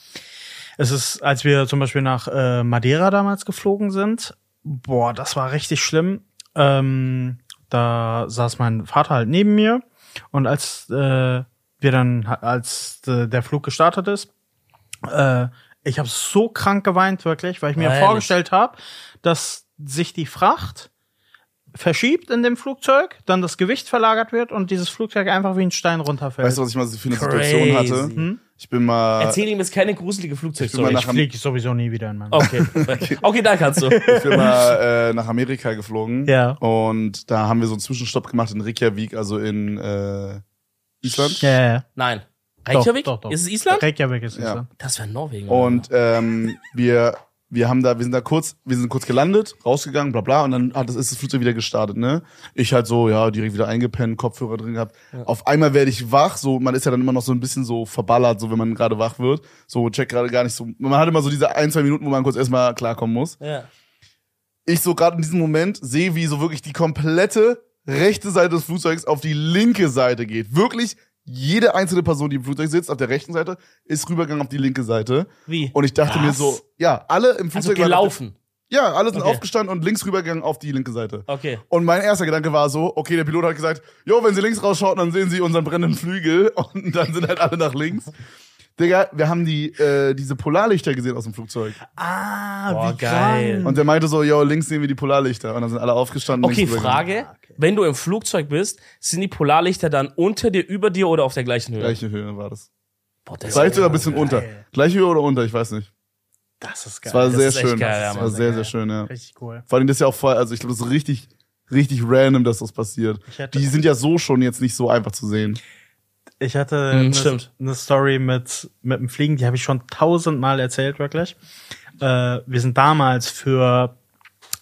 es ist, als wir zum Beispiel nach äh, Madeira damals geflogen sind, boah, das war richtig schlimm. Ähm, da saß mein Vater halt neben mir und als äh, wir dann, als äh, der Flug gestartet ist, äh, ich habe so krank geweint wirklich, weil ich mir Ehrlich? vorgestellt habe, dass sich die Fracht verschiebt in dem Flugzeug, dann das Gewicht verlagert wird und dieses Flugzeug einfach wie ein Stein runterfällt. Hm? Weißt du, was ich mal für eine Crazy. Situation hatte? Ich bin mal. Erzähl ihm jetzt keine gruselige Ich Flugzeugstory. bin mal ich fliege sowieso nie wieder in meinem Okay. <laughs> okay, okay, da kannst du. ich bin mal äh, nach Amerika geflogen. Ja. Und da haben wir so einen Zwischenstopp gemacht in Reykjavik, also in äh, Island. Ja, ja, ja. Nein. Doch, Reykjavik? doch, doch. Ist es Island? Reykjavik ist ne? Ja. Island. Das wäre Norwegen. Und ähm, wir, wir haben da, wir sind da kurz, wir sind kurz gelandet, rausgegangen, bla bla, und dann hat das ist das Flugzeug wieder gestartet, ne? Ich halt so, ja, direkt wieder eingepennt, Kopfhörer drin gehabt. Auf einmal werde ich wach, so, man ist ja dann immer noch so ein bisschen so verballert, so wenn man gerade wach wird. So, check gerade gar nicht so. Man hat immer so diese ein, zwei Minuten, wo man kurz erstmal klarkommen muss. Ja. ich so gerade in diesem Moment sehe, wie so wirklich die komplette rechte Seite des Flugzeugs auf die linke Seite geht. Wirklich jede einzelne Person, die im Flugzeug sitzt, auf der rechten Seite, ist rübergegangen auf die linke Seite. Wie? Und ich dachte mir Was? so, ja, alle im Also Flugzeug waren auf gelaufen. Der, ja, alle sind Okay. aufgestanden und links rübergegangen auf die linke Seite. Okay. Und mein erster Gedanke war so, okay, der Pilot hat gesagt, jo, wenn sie links rausschaut, dann sehen sie unseren brennenden Flügel <laughs> und dann sind halt alle nach links. Digga, wir haben die, äh, diese Polarlichter gesehen aus dem Flugzeug. Ah, Boah, geil. krank. Und der meinte so, yo, links sehen wir die Polarlichter. Und dann sind alle aufgestanden. und Okay, links rübergegangen. Frage. Ah, Wenn du im Flugzeug bist, sind die Polarlichter dann unter dir, über dir oder auf der gleichen Höhe? Gleiche Höhe war das. Boah, das Vielleicht ist sogar ein bisschen unter. Gleiche Höhe oder unter, ich weiß nicht. Das ist geil. Es war Das sehr ist echt schön. geil, ja, Es war Mann. sehr, sehr schön, ja. Richtig cool. Vor allem das ist ja auch voll, also ich glaube, das ist richtig, richtig random, dass das passiert. Ich hätte- Die sind ja so schon jetzt nicht so einfach zu sehen. Ich hatte Mhm, eine stimmt. ne Story mit, mit dem Fliegen, die habe ich schon tausendmal erzählt, wirklich. Äh, wir sind damals für,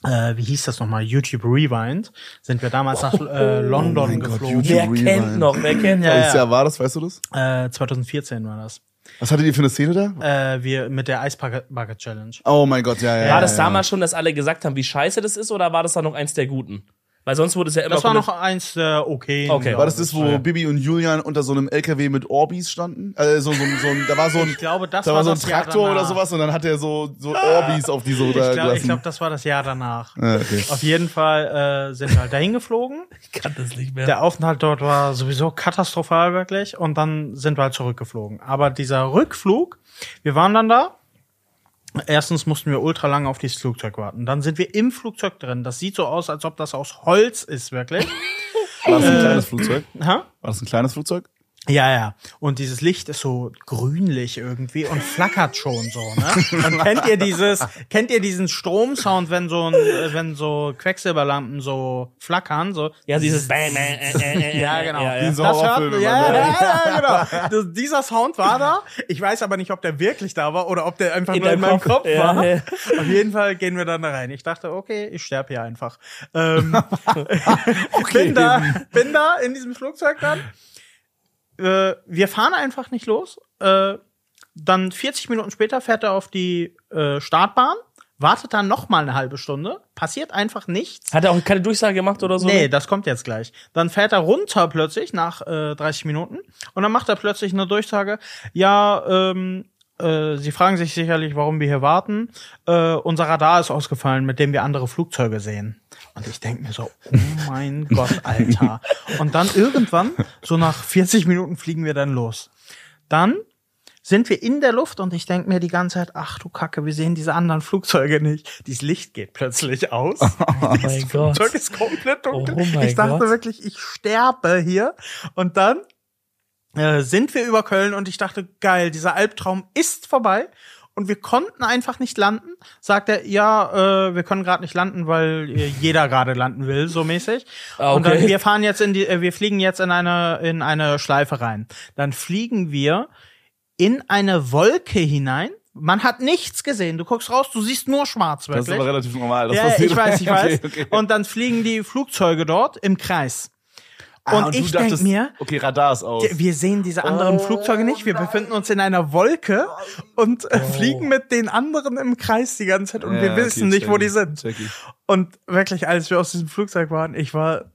äh, wie hieß das nochmal, YouTube Rewind, sind wir damals nach äh, London mein Gott, geflogen. YouTube. Wer Rewind. kennt noch? Wer kennt Ja, noch? ja. Welches Jahr war das, weißt du das? Äh, 2014 war das. Was hattet ihr für eine Szene da? Äh, wir mit der Eisbucket Challenge. Oh mein Gott, ja, ja. War ja, das ja. damals schon, dass alle gesagt haben, wie scheiße das ist, oder war das dann noch eins der guten? Weil sonst wurde es ja immer. Das war noch komplett- eins der okay. Okay. War das das, Oh, wo Bibi und Julian unter so einem LKW mit Orbis standen? Äh, so, so, so, ein- da war so ein, Ich glaube, das da war war so ein das Jahr Traktor oder danach. Ah, sowas und dann hat er so, so Orbis auf die so Ich glaube, gelassen. glaub, das war das Jahr danach. Ah, okay. Auf jeden Fall äh, sind wir halt dahin geflogen. ich kann das nicht mehr. Der Aufenthalt dort war sowieso katastrophal wirklich und dann sind wir halt zurückgeflogen. Aber dieser Rückflug, wir waren dann da. Erstens mussten wir ultra lange auf dieses Flugzeug warten. Dann sind wir im Flugzeug drin. Das sieht so aus, als ob das aus Holz ist, wirklich. War das ein kleines Flugzeug? ha? War das ein kleines Flugzeug? Ja, ja. Und dieses Licht ist so grünlich irgendwie und flackert schon so, ne? Und kennt ihr dieses, kennt ihr diesen Stromsound, wenn so ein, äh, wenn so Quecksilberlampen so flackern, so? Ja, <laughs> dieses. ja, Ja, genau. Ja, ja. Diesen Das Horrorfilm immer, hört, ja, ne? ja, ja, genau. Das, dieser Sound war da. Ich weiß aber nicht, ob der wirklich da war oder ob der einfach In nur in deinem meinem Kopf. Kopf, Ja, war. ja. Auf jeden Fall gehen wir dann da rein. Ich dachte, okay, ich sterbe hier einfach. Ähm, bin, da, bin da in diesem Flugzeug dann. Äh, wir fahren einfach nicht los. Äh, dann 40 Minuten später fährt er auf die äh, Startbahn, wartet dann noch mal eine halbe Stunde, passiert einfach nichts. Hat er auch keine Durchsage gemacht oder so? Nee, das kommt jetzt gleich. Dann fährt er runter plötzlich nach äh, 30 Minuten und dann macht er plötzlich eine Durchsage. Ja, ähm, äh, Sie fragen sich sicherlich, warum wir hier warten. Äh, unser Radar ist ausgefallen, mit dem wir andere Flugzeuge sehen. Und ich denk mir so, oh mein Gott, Alter. Und dann irgendwann, so nach 40 Minuten, fliegen wir dann los. Dann sind wir in der Luft und ich denk mir die ganze Zeit, ach du Kacke, wir sehen diese anderen Flugzeuge nicht. Dieses Licht geht plötzlich aus. Oh <laughs> mein Gott. Zeug ist komplett dunkel. Oh mein ich dachte Gott. wirklich, ich sterbe hier. Und dann äh, sind wir über Köln und ich dachte, geil, dieser Albtraum ist vorbei. Und wir konnten einfach nicht landen. Sagt er, ja, äh, wir können gerade nicht landen, weil äh, jeder gerade landen will, so mäßig. Ah, Und okay. dann, wir fahren jetzt in die, äh, wir fliegen jetzt in eine in eine Schleife rein. Dann fliegen wir in eine Wolke hinein. Man hat nichts gesehen. Du guckst raus, du siehst nur schwarz Das wirklich. ist aber relativ normal. Das Ja, ja, passiert. <laughs> ich weiß, ich weiß. Okay, okay. Und dann fliegen die Flugzeuge dort im Kreis. Und, Ah, du ich denke dachtest, oh. mir, Okay, Radar ist aus. die- wir sehen diese anderen Flugzeuge nicht. Wir befinden uns in einer Wolke und äh, fliegen mit den anderen im Kreis die ganze Zeit und Oh. Ja, wir okay, wissen nicht, wo check die ich, sind. check ich. Und wirklich, als wir aus diesem Flugzeug waren, ich war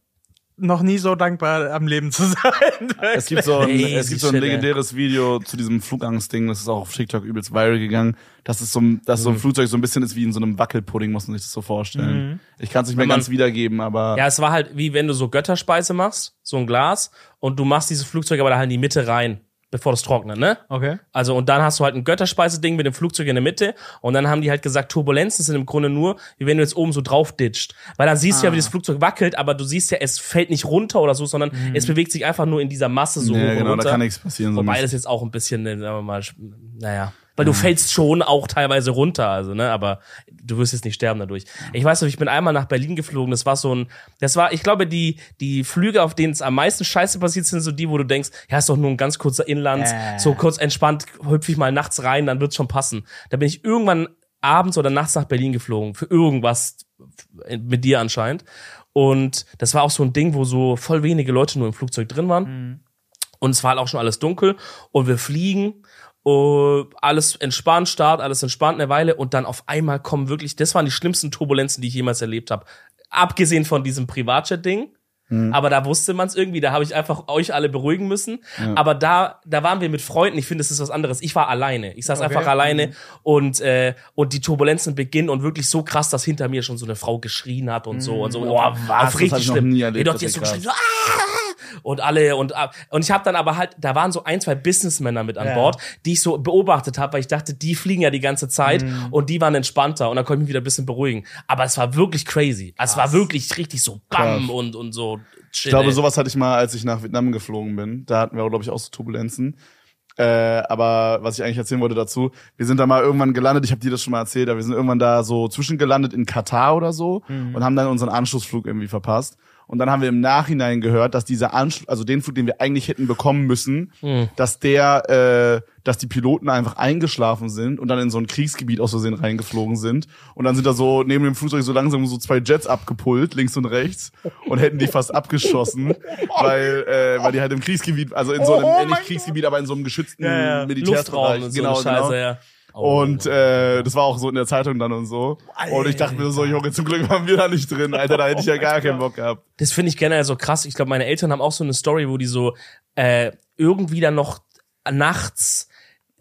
noch nie so dankbar, am Leben zu <laughs> sein. Es gibt so ein, Crazy es gibt so ein shit, ey. legendäres Video zu diesem Flugangst-Ding, das ist auch auf TikTok übelst viral gegangen, dass es so ein, dass Mhm. so ein Flugzeug so ein bisschen ist wie in so einem Wackelpudding, muss man sich das so vorstellen. Ich kann es nicht mehr man- ganz wiedergeben, aber Ja, es war halt wie wenn du so Götterspeise machst, so ein Glas, und du machst dieses Flugzeug aber da halt in die Mitte rein, bevor das trocknet, ne? Okay. Also, und dann hast du halt ein Götterspeise-Ding mit dem Flugzeug in der Mitte, und dann haben die halt gesagt, Turbulenzen sind im Grunde nur, wie wenn du jetzt oben so drauf ditcht. Weil dann siehst du Ah. ja, wie das Flugzeug wackelt, aber du siehst ja, es fällt nicht runter oder so, sondern es bewegt sich einfach nur in dieser Masse so hoch Mhm. ja, und genau, runter. da kann nichts passieren. So Wobei nicht. das jetzt auch ein bisschen, äh, sagen wir mal, sch- naja. Weil du fällst schon auch teilweise runter, also, ne, aber du wirst jetzt nicht sterben dadurch. Ich weiß noch, ich bin einmal nach Berlin geflogen, das war so ein, das war, ich glaube, die, die Flüge, auf denen es am meisten Scheiße passiert, sind so die, wo du denkst, ja, ist doch nur ein ganz kurzer Inlands, Äh. so kurz entspannt, hüpf ich mal nachts rein, dann wird's schon passen. Da bin ich irgendwann abends oder nachts nach Berlin geflogen, für irgendwas mit dir anscheinend. Und das war auch so ein Ding, wo so voll wenige Leute nur im Flugzeug drin waren. Und es war halt auch schon alles dunkel und wir fliegen. Uh, alles entspannt, Start, alles entspannt eine Weile und dann auf einmal kommen wirklich, das waren die schlimmsten Turbulenzen, die ich jemals erlebt habe. Abgesehen von diesem Privatjet-Ding. Mhm. Aber da wusste man es irgendwie, da habe ich einfach euch alle beruhigen müssen. Aber da, da waren wir mit Freunden, ich finde, das ist was anderes. Ich war alleine. Ich saß Okay. einfach Mhm. alleine und, äh, und die Turbulenzen beginnen und wirklich so krass, dass hinter mir schon so eine Frau geschrien hat und so und so. Oh, Mhm. Das was? hab Auf richtig ich noch schlimm. nie erlebt, Jedoch, das die hat ist so krass. geschrien, so, und alle und ab- und ich habe dann aber halt da waren so ein zwei Businessmänner mit an Ja. Bord, die ich so beobachtet habe, weil ich dachte, die fliegen ja die ganze Zeit Mhm. und die waren entspannter und da konnte ich mich wieder ein bisschen beruhigen. Aber es war wirklich crazy. Also Es war wirklich richtig so Bam Krass. und und so. Chill, Ich glaube, ey. sowas hatte ich mal, als ich nach Vietnam geflogen bin. Da hatten wir, glaube ich, auch so Turbulenzen. Äh, aber was ich eigentlich erzählen wollte dazu, wir sind da mal irgendwann gelandet, ich habe dir das schon mal erzählt, aber wir sind irgendwann da so zwischengelandet in Katar oder so Mhm. und haben dann unseren Anschlussflug irgendwie verpasst. Und dann haben wir im Nachhinein gehört, dass dieser Anschluss, also den Flug, den wir eigentlich hätten bekommen müssen, Mhm. dass der, äh, dass die Piloten einfach eingeschlafen sind und dann in so ein Kriegsgebiet aus Versehen reingeflogen sind. Und dann sind da so neben dem Flugzeug so langsam so zwei Jets abgepult, links und rechts, und hätten die fast <laughs> abgeschossen, weil, äh, weil die halt im Kriegsgebiet, also in so einem, Oh äh, mein nicht Kriegsgebiet, aber in so einem geschützten Ja, ja. Luftraum Militärbereich. Genau, und so eine Scheiße, ja. Oh. Und äh, das war auch so in der Zeitung dann und so. Und ich dachte mir so, Junge, zum Glück waren wir da nicht drin. Alter, da hätte ich ja Oh gar keinen Bock gehabt. Das finde ich generell so krass. Ich glaube, meine Eltern haben auch so eine Story, wo die so äh, irgendwie dann noch nachts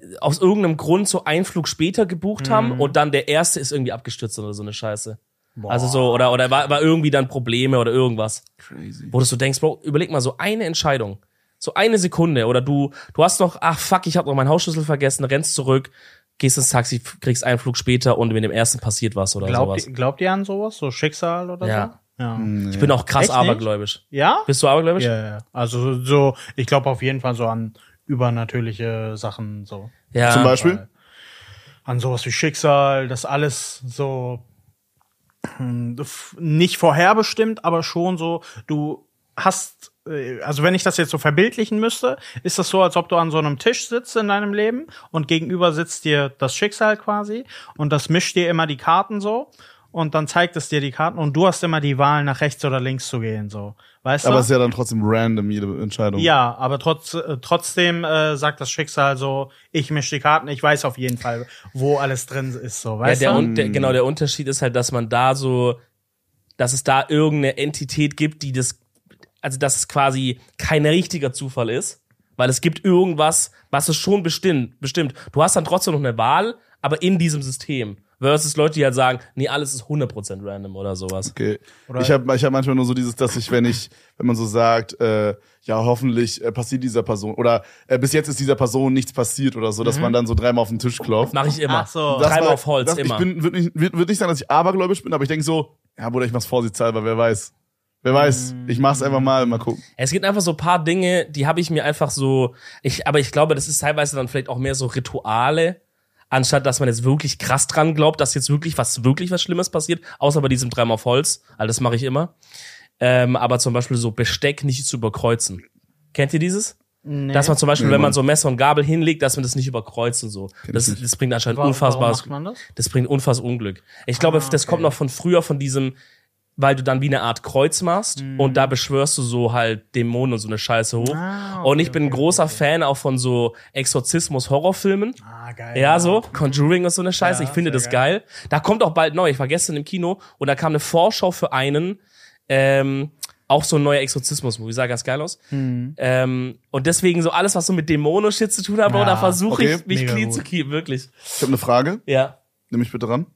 äh, aus irgendeinem Grund so einen Flug später gebucht Mhm. haben und dann der erste ist irgendwie abgestürzt oder so eine Scheiße. Also so, oder, oder war, war irgendwie dann Probleme oder irgendwas. Crazy. Wo du so denkst, Bro, überleg mal, so eine Entscheidung, so eine Sekunde oder du, du hast noch, ach fuck, ich habe noch meinen Hausschlüssel vergessen, rennst zurück, gehst ins Taxi, f- kriegst einen Flug später und mit dem ersten passiert was oder Glaubt, sowas. ihr- glaubt ihr an sowas? So Schicksal oder Ja. Ja. Ich bin auch krass Echt nicht? abergläubisch. Ja? Bist du abergläubisch? Ja, ja. Also so, ich glaube auf jeden Fall so an übernatürliche Sachen so. Ja. Zum Beispiel? An sowas wie Schicksal, das alles so hm, f- nicht vorherbestimmt, aber schon so, du hast, äh, also wenn ich das jetzt so verbildlichen müsste, ist das so, als ob du an so einem Tisch sitzt in deinem Leben und gegenüber sitzt dir das Schicksal quasi und das mischt dir immer die Karten so und dann zeigt es dir die Karten und du hast immer die Wahl, nach rechts oder links zu gehen, so. Weißt du? Aber es ist ja dann trotzdem random, jede Entscheidung. Ja, aber trotz, äh, trotzdem äh, sagt das Schicksal so, ich mische die Karten, ich weiß auf jeden Fall, wo alles drin ist, so, Ja, weißt der, du? Un- der, genau, der Unterschied ist halt, dass man da so, dass es da irgendeine Entität gibt, die das, also dass es quasi kein richtiger Zufall ist, weil es gibt irgendwas, was es schon bestimmt, bestimmt. Du hast dann trotzdem noch eine Wahl, aber in diesem System. Versus Leute, die halt sagen, nee, alles ist 100% random oder sowas. Okay. Oder- ich habe ich hab manchmal nur so dieses, dass ich, wenn ich, wenn man so sagt, äh, ja, hoffentlich äh, passiert dieser Person oder äh, bis jetzt ist dieser Person nichts passiert oder so, dass Mhm. man dann so dreimal auf den Tisch klopft. Mache ich immer. Ach so. Das Dreimal war- auf Holz, das, immer. Ich bin, würd nicht, würd, würd nicht sagen, dass ich abergläubisch bin, aber ich denke so, ja, Bruder, ich mach's vorsichtshalber, wer weiß. Wer weiß, ich mach's einfach mal, mal gucken. Es gibt einfach so ein paar Dinge, die habe ich mir einfach so, ich, aber ich glaube, das ist teilweise dann vielleicht auch mehr so Rituale, anstatt dass man jetzt wirklich krass dran glaubt, dass jetzt wirklich was, wirklich was Schlimmes passiert, außer bei diesem dreimal auf Holz, also das mache ich immer. Ähm, aber zum Beispiel so Besteck nicht zu überkreuzen. Kennt ihr dieses? Nee. Dass man zum Beispiel, Nee, wenn man Mann. so Messer und Gabel hinlegt, dass man das nicht überkreuzt und so. ich Das, nicht. das bringt anscheinend Warum- unfassbares warum macht man das? das bringt unfass Unglück. Ich glaube, Ah, das okay. kommt noch von früher, von diesem, weil du dann wie eine Art Kreuz machst Mhm. und da beschwörst du so halt Dämonen und so eine Scheiße hoch. Ah, und ich okay, bin ein okay, großer Fan auch von so Exorzismus-Horrorfilmen. Ah, geil. Ja, so. Conjuring ist so eine Scheiße. Ja, ich finde sehr das geil. geil. Da kommt auch bald neu. Ich war gestern im Kino und da kam eine Vorschau für einen, ähm, auch so ein neuer Exorzismus-Movie. Sah ganz geil aus. Mhm. Ähm, und deswegen so alles, was so mit Dämonen und Shit zu tun hat, Bro, Ja, da versuche okay. ich, mich Mega clean gut. zu keep. Wirklich. Ich habe eine Frage, Ja. nimm mich bitte ran.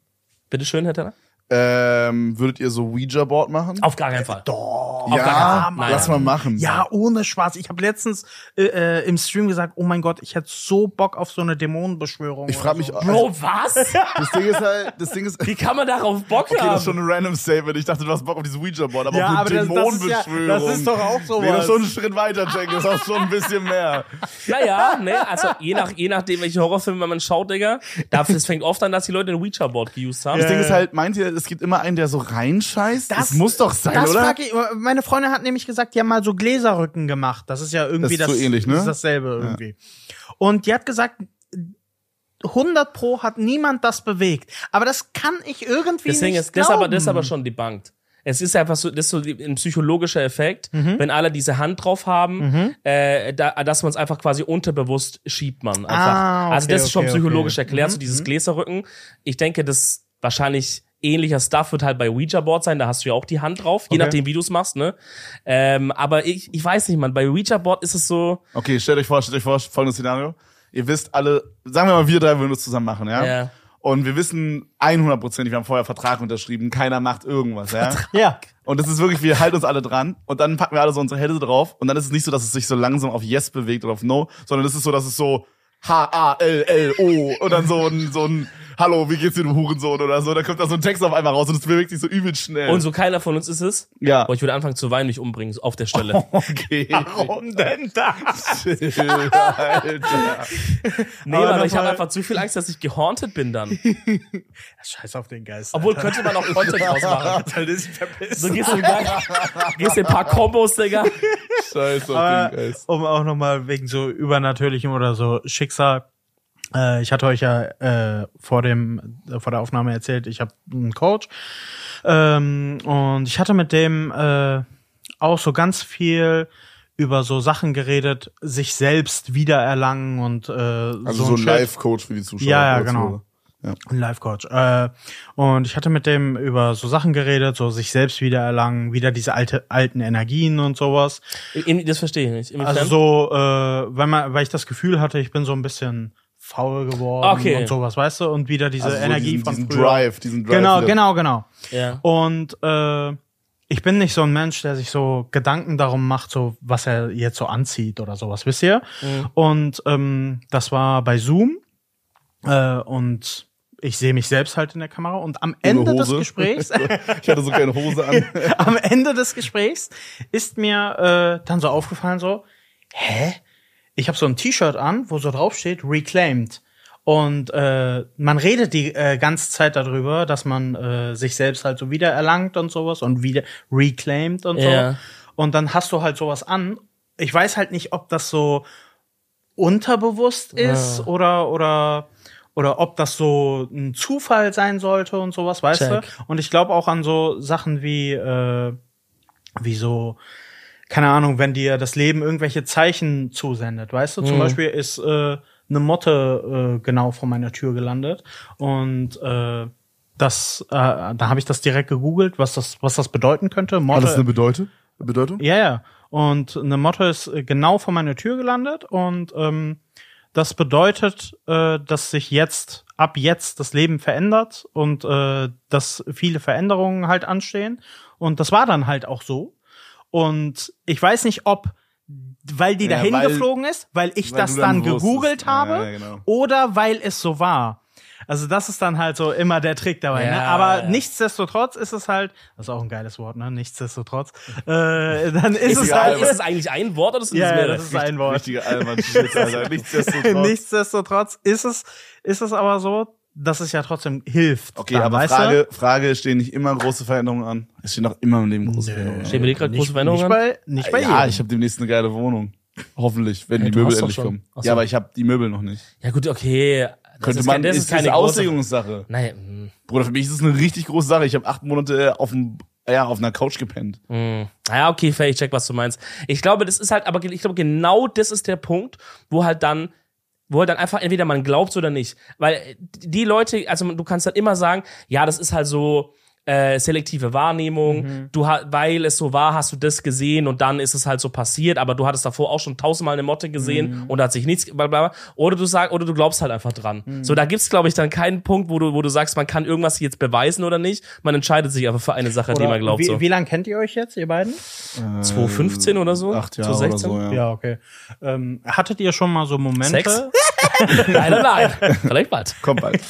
Bitteschön, Herr Tanner. Ähm, würdet ihr so Ouija-Board machen? Auf gar keinen Fall. Doch. auf gar Äh, ja, keinen Fall. lass mal machen. Ja, ohne Spaß. Ich habe letztens äh, äh, im Stream gesagt, oh mein Gott, ich hätte so Bock auf so eine Dämonenbeschwörung. Ich oder frage mich, so. also, Bro, was? das Ding ist halt, das <laughs> Ding ist, okay, Wie kann man darauf Bock das ist haben? schon ein random Statement. Ich dachte, du hast Bock auf dieses Ouija-Board, aber Ja, auf aber eine das- das ist ja- Dämonenbeschwörung. das ist doch auch sowas. Nee, das ist schon einen Schritt weiter, Jack, das ist schon ein bisschen mehr. Naja, ne, also je, nach, je nachdem, welche Horrorfilme man schaut, Digga, da- das fängt oft an, dass die Leute ein Ouija-Board geused haben. Das Ding ist halt, meint ihr, es gibt immer einen, der so reinscheißt? Das, muss doch sein, das oder? Frag ich, äh, meine Freundin hat nämlich gesagt, die haben mal so Gläserrücken gemacht. Das ist ja irgendwie Das das, ist so ähnlich, ne? ist dasselbe irgendwie. Und die hat gesagt, 100 pro hat niemand das bewegt. Aber das kann ich irgendwie Deswegen nicht ist glauben. das aber, das ist aber schon debunked. Es ist einfach so, das ist so ein psychologischer Effekt, Mhm. wenn alle diese Hand drauf haben, äh, da, dass man es einfach quasi unterbewusst schiebt man einfach. Ah, okay, also das ist schon okay, Mhm. psychologisch okay. erklärt, so dieses Gläserrücken. Ich denke, das wahrscheinlich ähnlicher Stuff wird halt bei Ouija Board sein, da hast du ja auch die Hand drauf, je Okay. nachdem wie du es machst, ne? Ähm, aber ich, ich weiß nicht, man, bei Ouija Board ist es so, Okay, stellt euch vor, stellt euch vor, folgendes Szenario. Ihr wisst alle, sagen wir mal, wir drei würden das zusammen machen, ja? Ja. Und wir wissen 100%, wir haben vorher Vertrag unterschrieben, keiner macht irgendwas, ja? Ja. <laughs> Und das ist wirklich, wir halten uns alle dran und dann packen wir alle so unsere Hände drauf und dann ist es nicht so, dass es sich so langsam auf Yes bewegt oder auf No, sondern es ist so, dass es so H-A-L-L-O und dann so ein, so ein Hallo, wie geht's dir, du Hurensohn oder so. Da kommt da so ein Text auf einmal raus und es bewegt sich so übel schnell. und so keiner von uns ist es. ja. Aber ich würde anfangen zu weinen, mich umbringen, so auf der <laughs> Stelle. <laughs> Okay. Warum denn das? Chill, Alter. nee, aber aber noch ich habe mal- einfach zu viel Angst, dass ich gehaunted bin dann. Scheiß auf den Geist. Obwohl, könnte man auch <laughs> Content draus machen. Alter, das ist verpisst. So gehst du gleich, gehst dir ein paar Kombos, Digga. Scheiß Ah. auf den Aber Geist. um auch nochmal wegen so übernatürlichem oder so Schicksal. Äh, ich hatte euch ja äh, vor dem äh, vor der Aufnahme erzählt, ich habe einen Coach ähm, und ich hatte mit dem äh, auch so ganz viel über so Sachen geredet, sich selbst wiedererlangen und äh, Also so ein Live-Coach für die Zuschauer. Ja, ja, oder Also genau. Zuhörer. ein Life-Coach. Äh, und ich hatte mit dem über so Sachen geredet, so sich selbst wiedererlangen, wieder diese alte, alten Energien und sowas. In- Das verstehe ich nicht. Inwiefern? Also so, äh, weil, man, weil ich das Gefühl hatte, ich bin so ein bisschen faul geworden Okay. und sowas, weißt du? Und wieder diese Also so Energie diesen, von diesen früher. Drive, diesen Drive. genau, wieder. genau, genau. ja. Und äh, ich bin nicht so ein Mensch, der sich so Gedanken darum macht, so was er jetzt so anzieht oder sowas, wisst ihr? Und ähm, das war bei Zoom äh, und ich sehe mich selbst halt in der Kamera und am Ende des Hose. Gesprächs, <laughs> Ich hatte so keine Hose an. <laughs> am Ende des Gesprächs ist mir äh, dann so aufgefallen so, hä? Ich habe so ein T-Shirt an, wo so drauf steht Reclaimed. Und äh, man redet die äh, ganze Zeit darüber, dass man äh, sich selbst halt so wiedererlangt und sowas und wieder reclaimed und Ja. so. Und dann hast du halt sowas an. Ich weiß halt nicht, ob das so unterbewusst ist oder oder oder ob das so ein Zufall sein sollte und sowas, weißt Check. du? Und ich glaube auch an so Sachen wie äh, wie so keine Ahnung, wenn dir das Leben irgendwelche Zeichen zusendet, weißt du? Zum Beispiel ist äh, eine Motte äh, genau vor meiner Tür gelandet und äh, das, äh, da habe ich das direkt gegoogelt, was das, was das bedeuten könnte. Hat Motte, das eine Bedeutung? Bedeutung? ja, ja. Und eine Motte ist äh, genau vor meiner Tür gelandet und ähm, das bedeutet, äh, dass sich jetzt ab jetzt das Leben verändert und äh, dass viele Veränderungen halt anstehen. Und das war dann halt auch so. Und ich weiß nicht, ob weil die Ja, dahin weil- geflogen ist, weil ich weil das du dann dann, wusstest. gegoogelt Ja, habe oh, ja, genau. oder weil es so war. Also das ist dann halt so immer der Trick dabei. ne? Ja, Aber ja. nichtsdestotrotz ist es halt, das ist auch ein geiles Wort, ne? Nichtsdestotrotz. Äh, dann ist es Egal, halt. Ist es eigentlich ein Wort oder ist es ja, ja, mehrere? das ist ein Wort. Richtige Alman-Shit, Alter. Nichtsdestotrotz. Nichtsdestotrotz ist es, ist es aber so, dass es ja trotzdem hilft. Okay, dann, aber weißt Frage, Frage, es stehen nicht immer große Veränderungen an? Es stehen auch immer im Leben große du? Veränderungen Stehen wir dir gerade große Nicht Veränderungen an? bei, nicht bei Ja, jedem. ich habe demnächst eine geile Wohnung. Hoffentlich, wenn Ja, die du Möbel hast doch endlich schon. kommen. Ach so. Ja, aber ich habe die Möbel noch nicht. Ja gut, okay. Das Könnte ist man, kein- das ist keine eine große- Auslegungssache. Nein. hm. Bruder, für mich ist es eine richtig große Sache. Ich habe acht Monate äh, auf dem, ja, auf einer Couch gepennt. Hm. Naja, okay, fair, ich check, was du meinst. Ich glaube, das ist halt, aber ich glaube, genau das ist der Punkt, wo halt dann, wo halt dann einfach entweder man glaubt oder nicht. Weil äh, die Leute, also du kannst dann immer sagen, ja, das ist halt so äh, selektive Wahrnehmung, du ha- weil es so war, hast du das gesehen und dann ist es halt so passiert, aber du hattest davor auch schon tausendmal eine Motte gesehen und da hat sich nichts ge- bla, bla, bla. oder du sagst oder du glaubst halt einfach dran. So da gibt's glaube ich dann keinen Punkt, wo du wo du sagst, man kann irgendwas jetzt beweisen oder nicht. Man entscheidet sich einfach für eine Sache, die man glaubt wie, so. wie lange kennt ihr euch jetzt, ihr beiden? 2015 oder so? Acht Jahre oder 2016? so, ja. Ja, okay. Ähm, hattet ihr schon mal so Momente? Sex? <laughs> nein, nein, <laughs> nein. Vielleicht bald. Kommt <laughs> bald.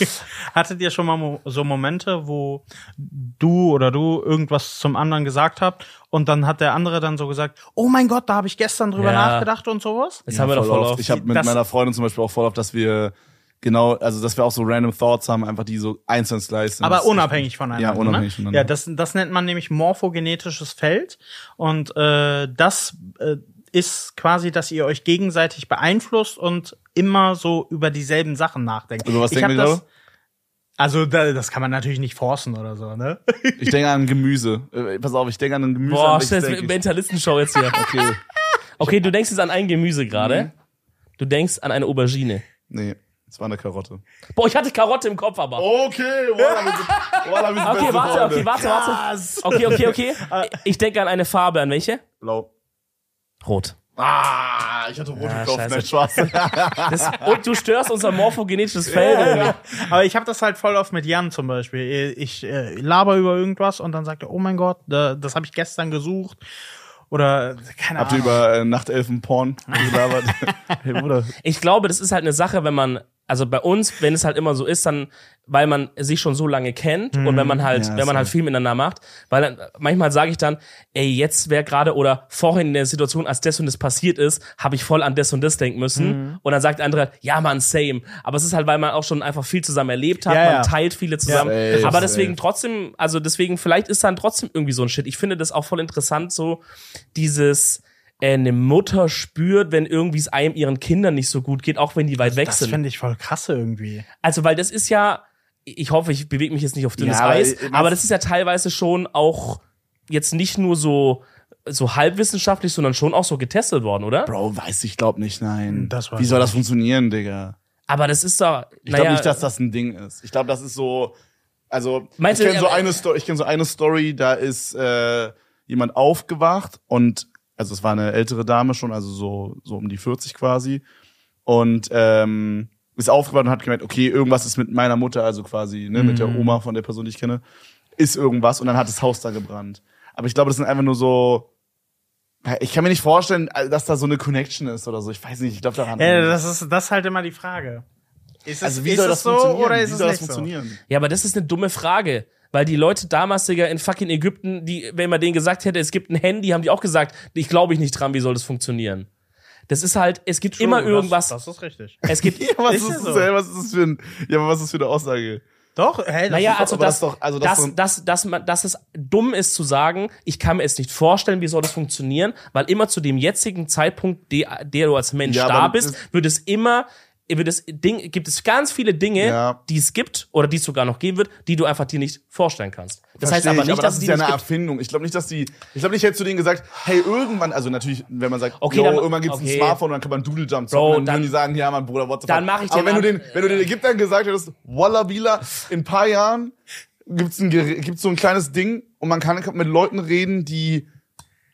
Hattet ihr schon mal mo so Momente, wo du oder du irgendwas zum anderen gesagt habt und dann hat der andere dann so gesagt, oh mein Gott, da habe ich gestern drüber Ja. nachgedacht und sowas? Das haben wir doch voll oft. Ich habe mit Das- meiner Freundin zum Beispiel auch voll oft, dass wir genau, also dass wir auch so random Thoughts haben, einfach die so einzeln slice sind. Das Aber ist unabhängig Ja, voneinander. unabhängig ne? voneinander. Ja, das, das nennt man nämlich morphogenetisches Feld. Und äh, das äh, ist quasi, dass ihr euch gegenseitig beeinflusst und immer so über dieselben Sachen nachdenkt. Über was ich denken hab wir das, gerade? Also da, das kann man natürlich nicht forcen oder so, ne? echt- Ich denke an Gemüse. Äh, Pass auf, ich denke an ein Gemüse. Boah, an welches stell's denk mit ich. Mentalistenshow <laughs> jetzt hier. Okay. Okay, du denkst jetzt an ein Gemüse gerade. Mhm. Du denkst an eine Aubergine. Nee, es war eine Karotte. Boah, ich hatte Karotte im Kopf aber. Okay, voilà, wir <laughs> sind, voilà, wir sind okay, Oh, beste warte, Freunde. Ah. okay, warte, warte. Okay, okay, <laughs> okay. Ich denke an eine Farbe. An welche? Blau. Rot. Ah, ich hatte rot Ja, gekauft, nein, scheiße. schwarz. <laughs> Das, und du störst unser morphogenetisches Feld. irgendwie. Aber ich habe das halt voll oft mit Jan zum Beispiel. Ich äh, laber über irgendwas und dann sagt er, oh mein Gott, da, das habe ich gestern gesucht. Oder keine Habt ihr Ahnung. über äh, <laughs> Nachtelfen-Porn gelabert? hey, Bruder. Ich glaube, das ist halt eine Sache, wenn man, also bei uns, wenn es halt immer so ist, dann, weil man sich schon so lange kennt und wenn man halt, Ja, wenn man so. halt viel miteinander macht, weil dann, manchmal sage ich dann, ey, jetzt wäre gerade oder vorhin in der Situation, als das und das passiert ist, habe ich voll an das und das denken müssen. Und dann sagt der andere, ja, man, same. Aber es ist halt, weil man auch schon einfach viel zusammen erlebt hat, Ja, man ja. teilt viele zusammen. Ja, safe, aber deswegen safe. trotzdem, also deswegen, vielleicht ist dann trotzdem irgendwie so ein Shit. Ich finde das auch voll interessant, so dieses, äh, eine Mutter spürt, wenn irgendwie es einem ihren Kindern nicht so gut geht, auch wenn die weit weg Das sind. finde ich voll krasse irgendwie. Also, weil das ist ja, ich hoffe, ich bewege mich jetzt nicht auf dünnes Ja, aber, Eis, äh, aber das ist ja teilweise schon auch jetzt nicht nur so, so halbwissenschaftlich, sondern schon auch so getestet worden, oder? Bro, weiß ich glaub nicht, nein. Das war Wie soll so. das funktionieren, Digga? Aber das ist doch, Ich naja, glaube nicht, dass das ein Ding ist. Ich glaube, das ist so. Also, Meinst ich du, kenne so, aber- eine Sto- ich kenn so eine Story, da ist äh, jemand aufgewacht und, also es war eine ältere Dame schon, also so, so um die 40 quasi. Und ähm, ist aufgewacht und hat gemerkt, okay, irgendwas ist mit meiner Mutter, also quasi, ne, mit der Mhm. Oma von der Person, die ich kenne, ist irgendwas und dann hat das Haus da gebrannt. Aber ich glaube, das sind einfach nur so. Ich kann mir nicht Äh, vorstellen, dass da so eine Connection ist oder so. Ich weiß nicht, ich glaube daran. Ja, das ist das ist halt immer die Frage. Ist es, Also wie ist soll es das so funktionieren? oder ist wie es soll nicht das funktionieren? Ja, aber das ist eine dumme Frage. Weil die Leute damals, Digga, in fucking Ägypten, die, wenn man denen gesagt hätte, es gibt ein Handy, haben die auch gesagt, ich glaube ich nicht dran, wie soll das funktionieren? Das ist halt, es gibt so? immer True, irgendwas. Das, das ist richtig. <laughs> Es gibt, Was Ist ist, ja das so. denn? was ist das für ein, ja, aber was ist das für eine Aussage? Doch, hey, das naja, ist also aber das das, das, doch- also das das, so ein- das, man, dass es dumm ist zu sagen, ich kann mir es nicht vorstellen, wie soll das funktionieren, weil immer zu dem jetzigen Zeitpunkt, der, der du als Mensch Ja, da aber äh, bist, das- wird es immer, wird es Ding, gibt es ganz viele Dinge, Ja. die es gibt oder die es sogar noch geben wird, die du einfach dir nicht vorstellen kannst. Das heißt Versteh aber ich, nicht, das dass es ist die ja nicht eine gibt. Erfindung. Ich glaube nicht, dass die. Ich glaube nicht, hättest du denen gesagt, hey, irgendwann, also natürlich, wenn man sagt, Okay, yo, dann- irgendwann gibt's okay. ein Smartphone, dann kann man Doodle Jump Bro, zocken, dann, dann- würden die sagen, ja, mein Bruder, what the Dann fuck. mach ich Aber den wenn du an- den, wenn du den Ägyptern gesagt hättest, Walla Bila, in paar Jahren gibt's ein Gerä- gibt's so ein kleines Ding und man kann mit Leuten reden, die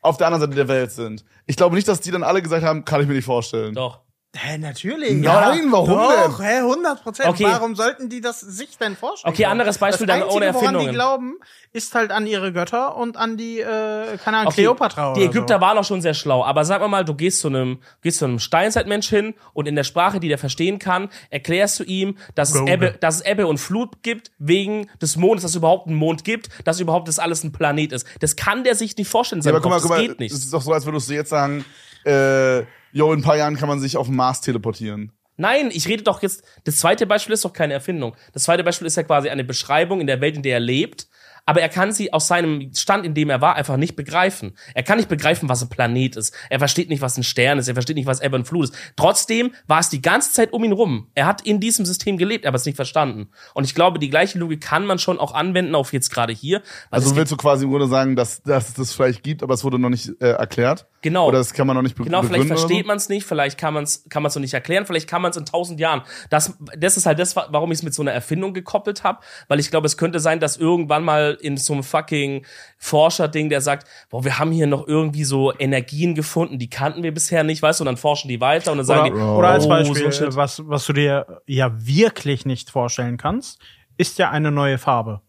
auf der anderen Seite der Welt sind. Ich glaube nicht, dass die dann alle gesagt haben, kann ich mir nicht vorstellen. Doch. Hä, natürlich. Nein, Ja, warum Doch, hä, 100 Prozent. Okay. Warum sollten die das sich denn vorstellen? Okay, anderes Beispiel, das dann Einzige, ohne woran Erfindungen. die glauben, ist halt an ihre Götter und an die, äh, keine Ahnung, Okay, Kleopatra Die oder Ägypter so. waren auch schon sehr schlau, aber sag mal mal, du gehst zu einem, gehst zu einem Steinzeitmensch hin und in der Sprache, die der verstehen kann, erklärst du ihm, dass es, Gobe. Ebbe, dass es Ebbe und Flut gibt wegen des Mondes, dass es überhaupt einen Mond gibt, dass überhaupt das alles ein Planet ist. Das kann der sich nicht vorstellen, in Ja, seinem aber guck mal, guck Kopf. mal, das geht nicht. es ist doch so, als würdest du jetzt sagen, äh, yo, in ein paar Jahren kann man sich auf den Mars teleportieren. Nein, ich rede doch jetzt. Das zweite Beispiel ist doch keine Erfindung. Das zweite Beispiel ist ja quasi eine Beschreibung in der Welt, in der er lebt. Aber er kann sie aus seinem Stand, in dem er war, einfach nicht begreifen. Er kann nicht begreifen, was ein Planet ist. Er versteht nicht, was ein Stern ist. Er versteht nicht, was Ebbe und Flut ist. Trotzdem war es die ganze Zeit um ihn rum. Er hat in diesem System gelebt, aber es nicht verstanden. Und ich glaube, die gleiche Logik kann man schon auch anwenden auf jetzt gerade hier. Weil es Also gibt- willst du quasi im Grunde sagen, dass, dass es das vielleicht gibt, aber es wurde noch nicht äh, erklärt? Genau. Oder das kann man noch nicht be Genau, begründen? vielleicht versteht oder man es nicht, vielleicht kann man es kann man's noch nicht erklären, vielleicht kann man es in tausend Jahren. Das, das ist halt das, wa- warum ich es mit so einer Erfindung gekoppelt habe, weil ich glaube, es könnte sein, dass irgendwann mal in so einem fucking Forscher-Ding, der sagt, boah, wir haben hier noch irgendwie so Energien gefunden, die kannten wir bisher nicht, weißt du, und dann forschen die weiter und dann sagen die, Oder, oder oh, als so Beispiel, äh, ein Shit. was, was du dir ja wirklich nicht vorstellen kannst, ist ja eine neue Farbe.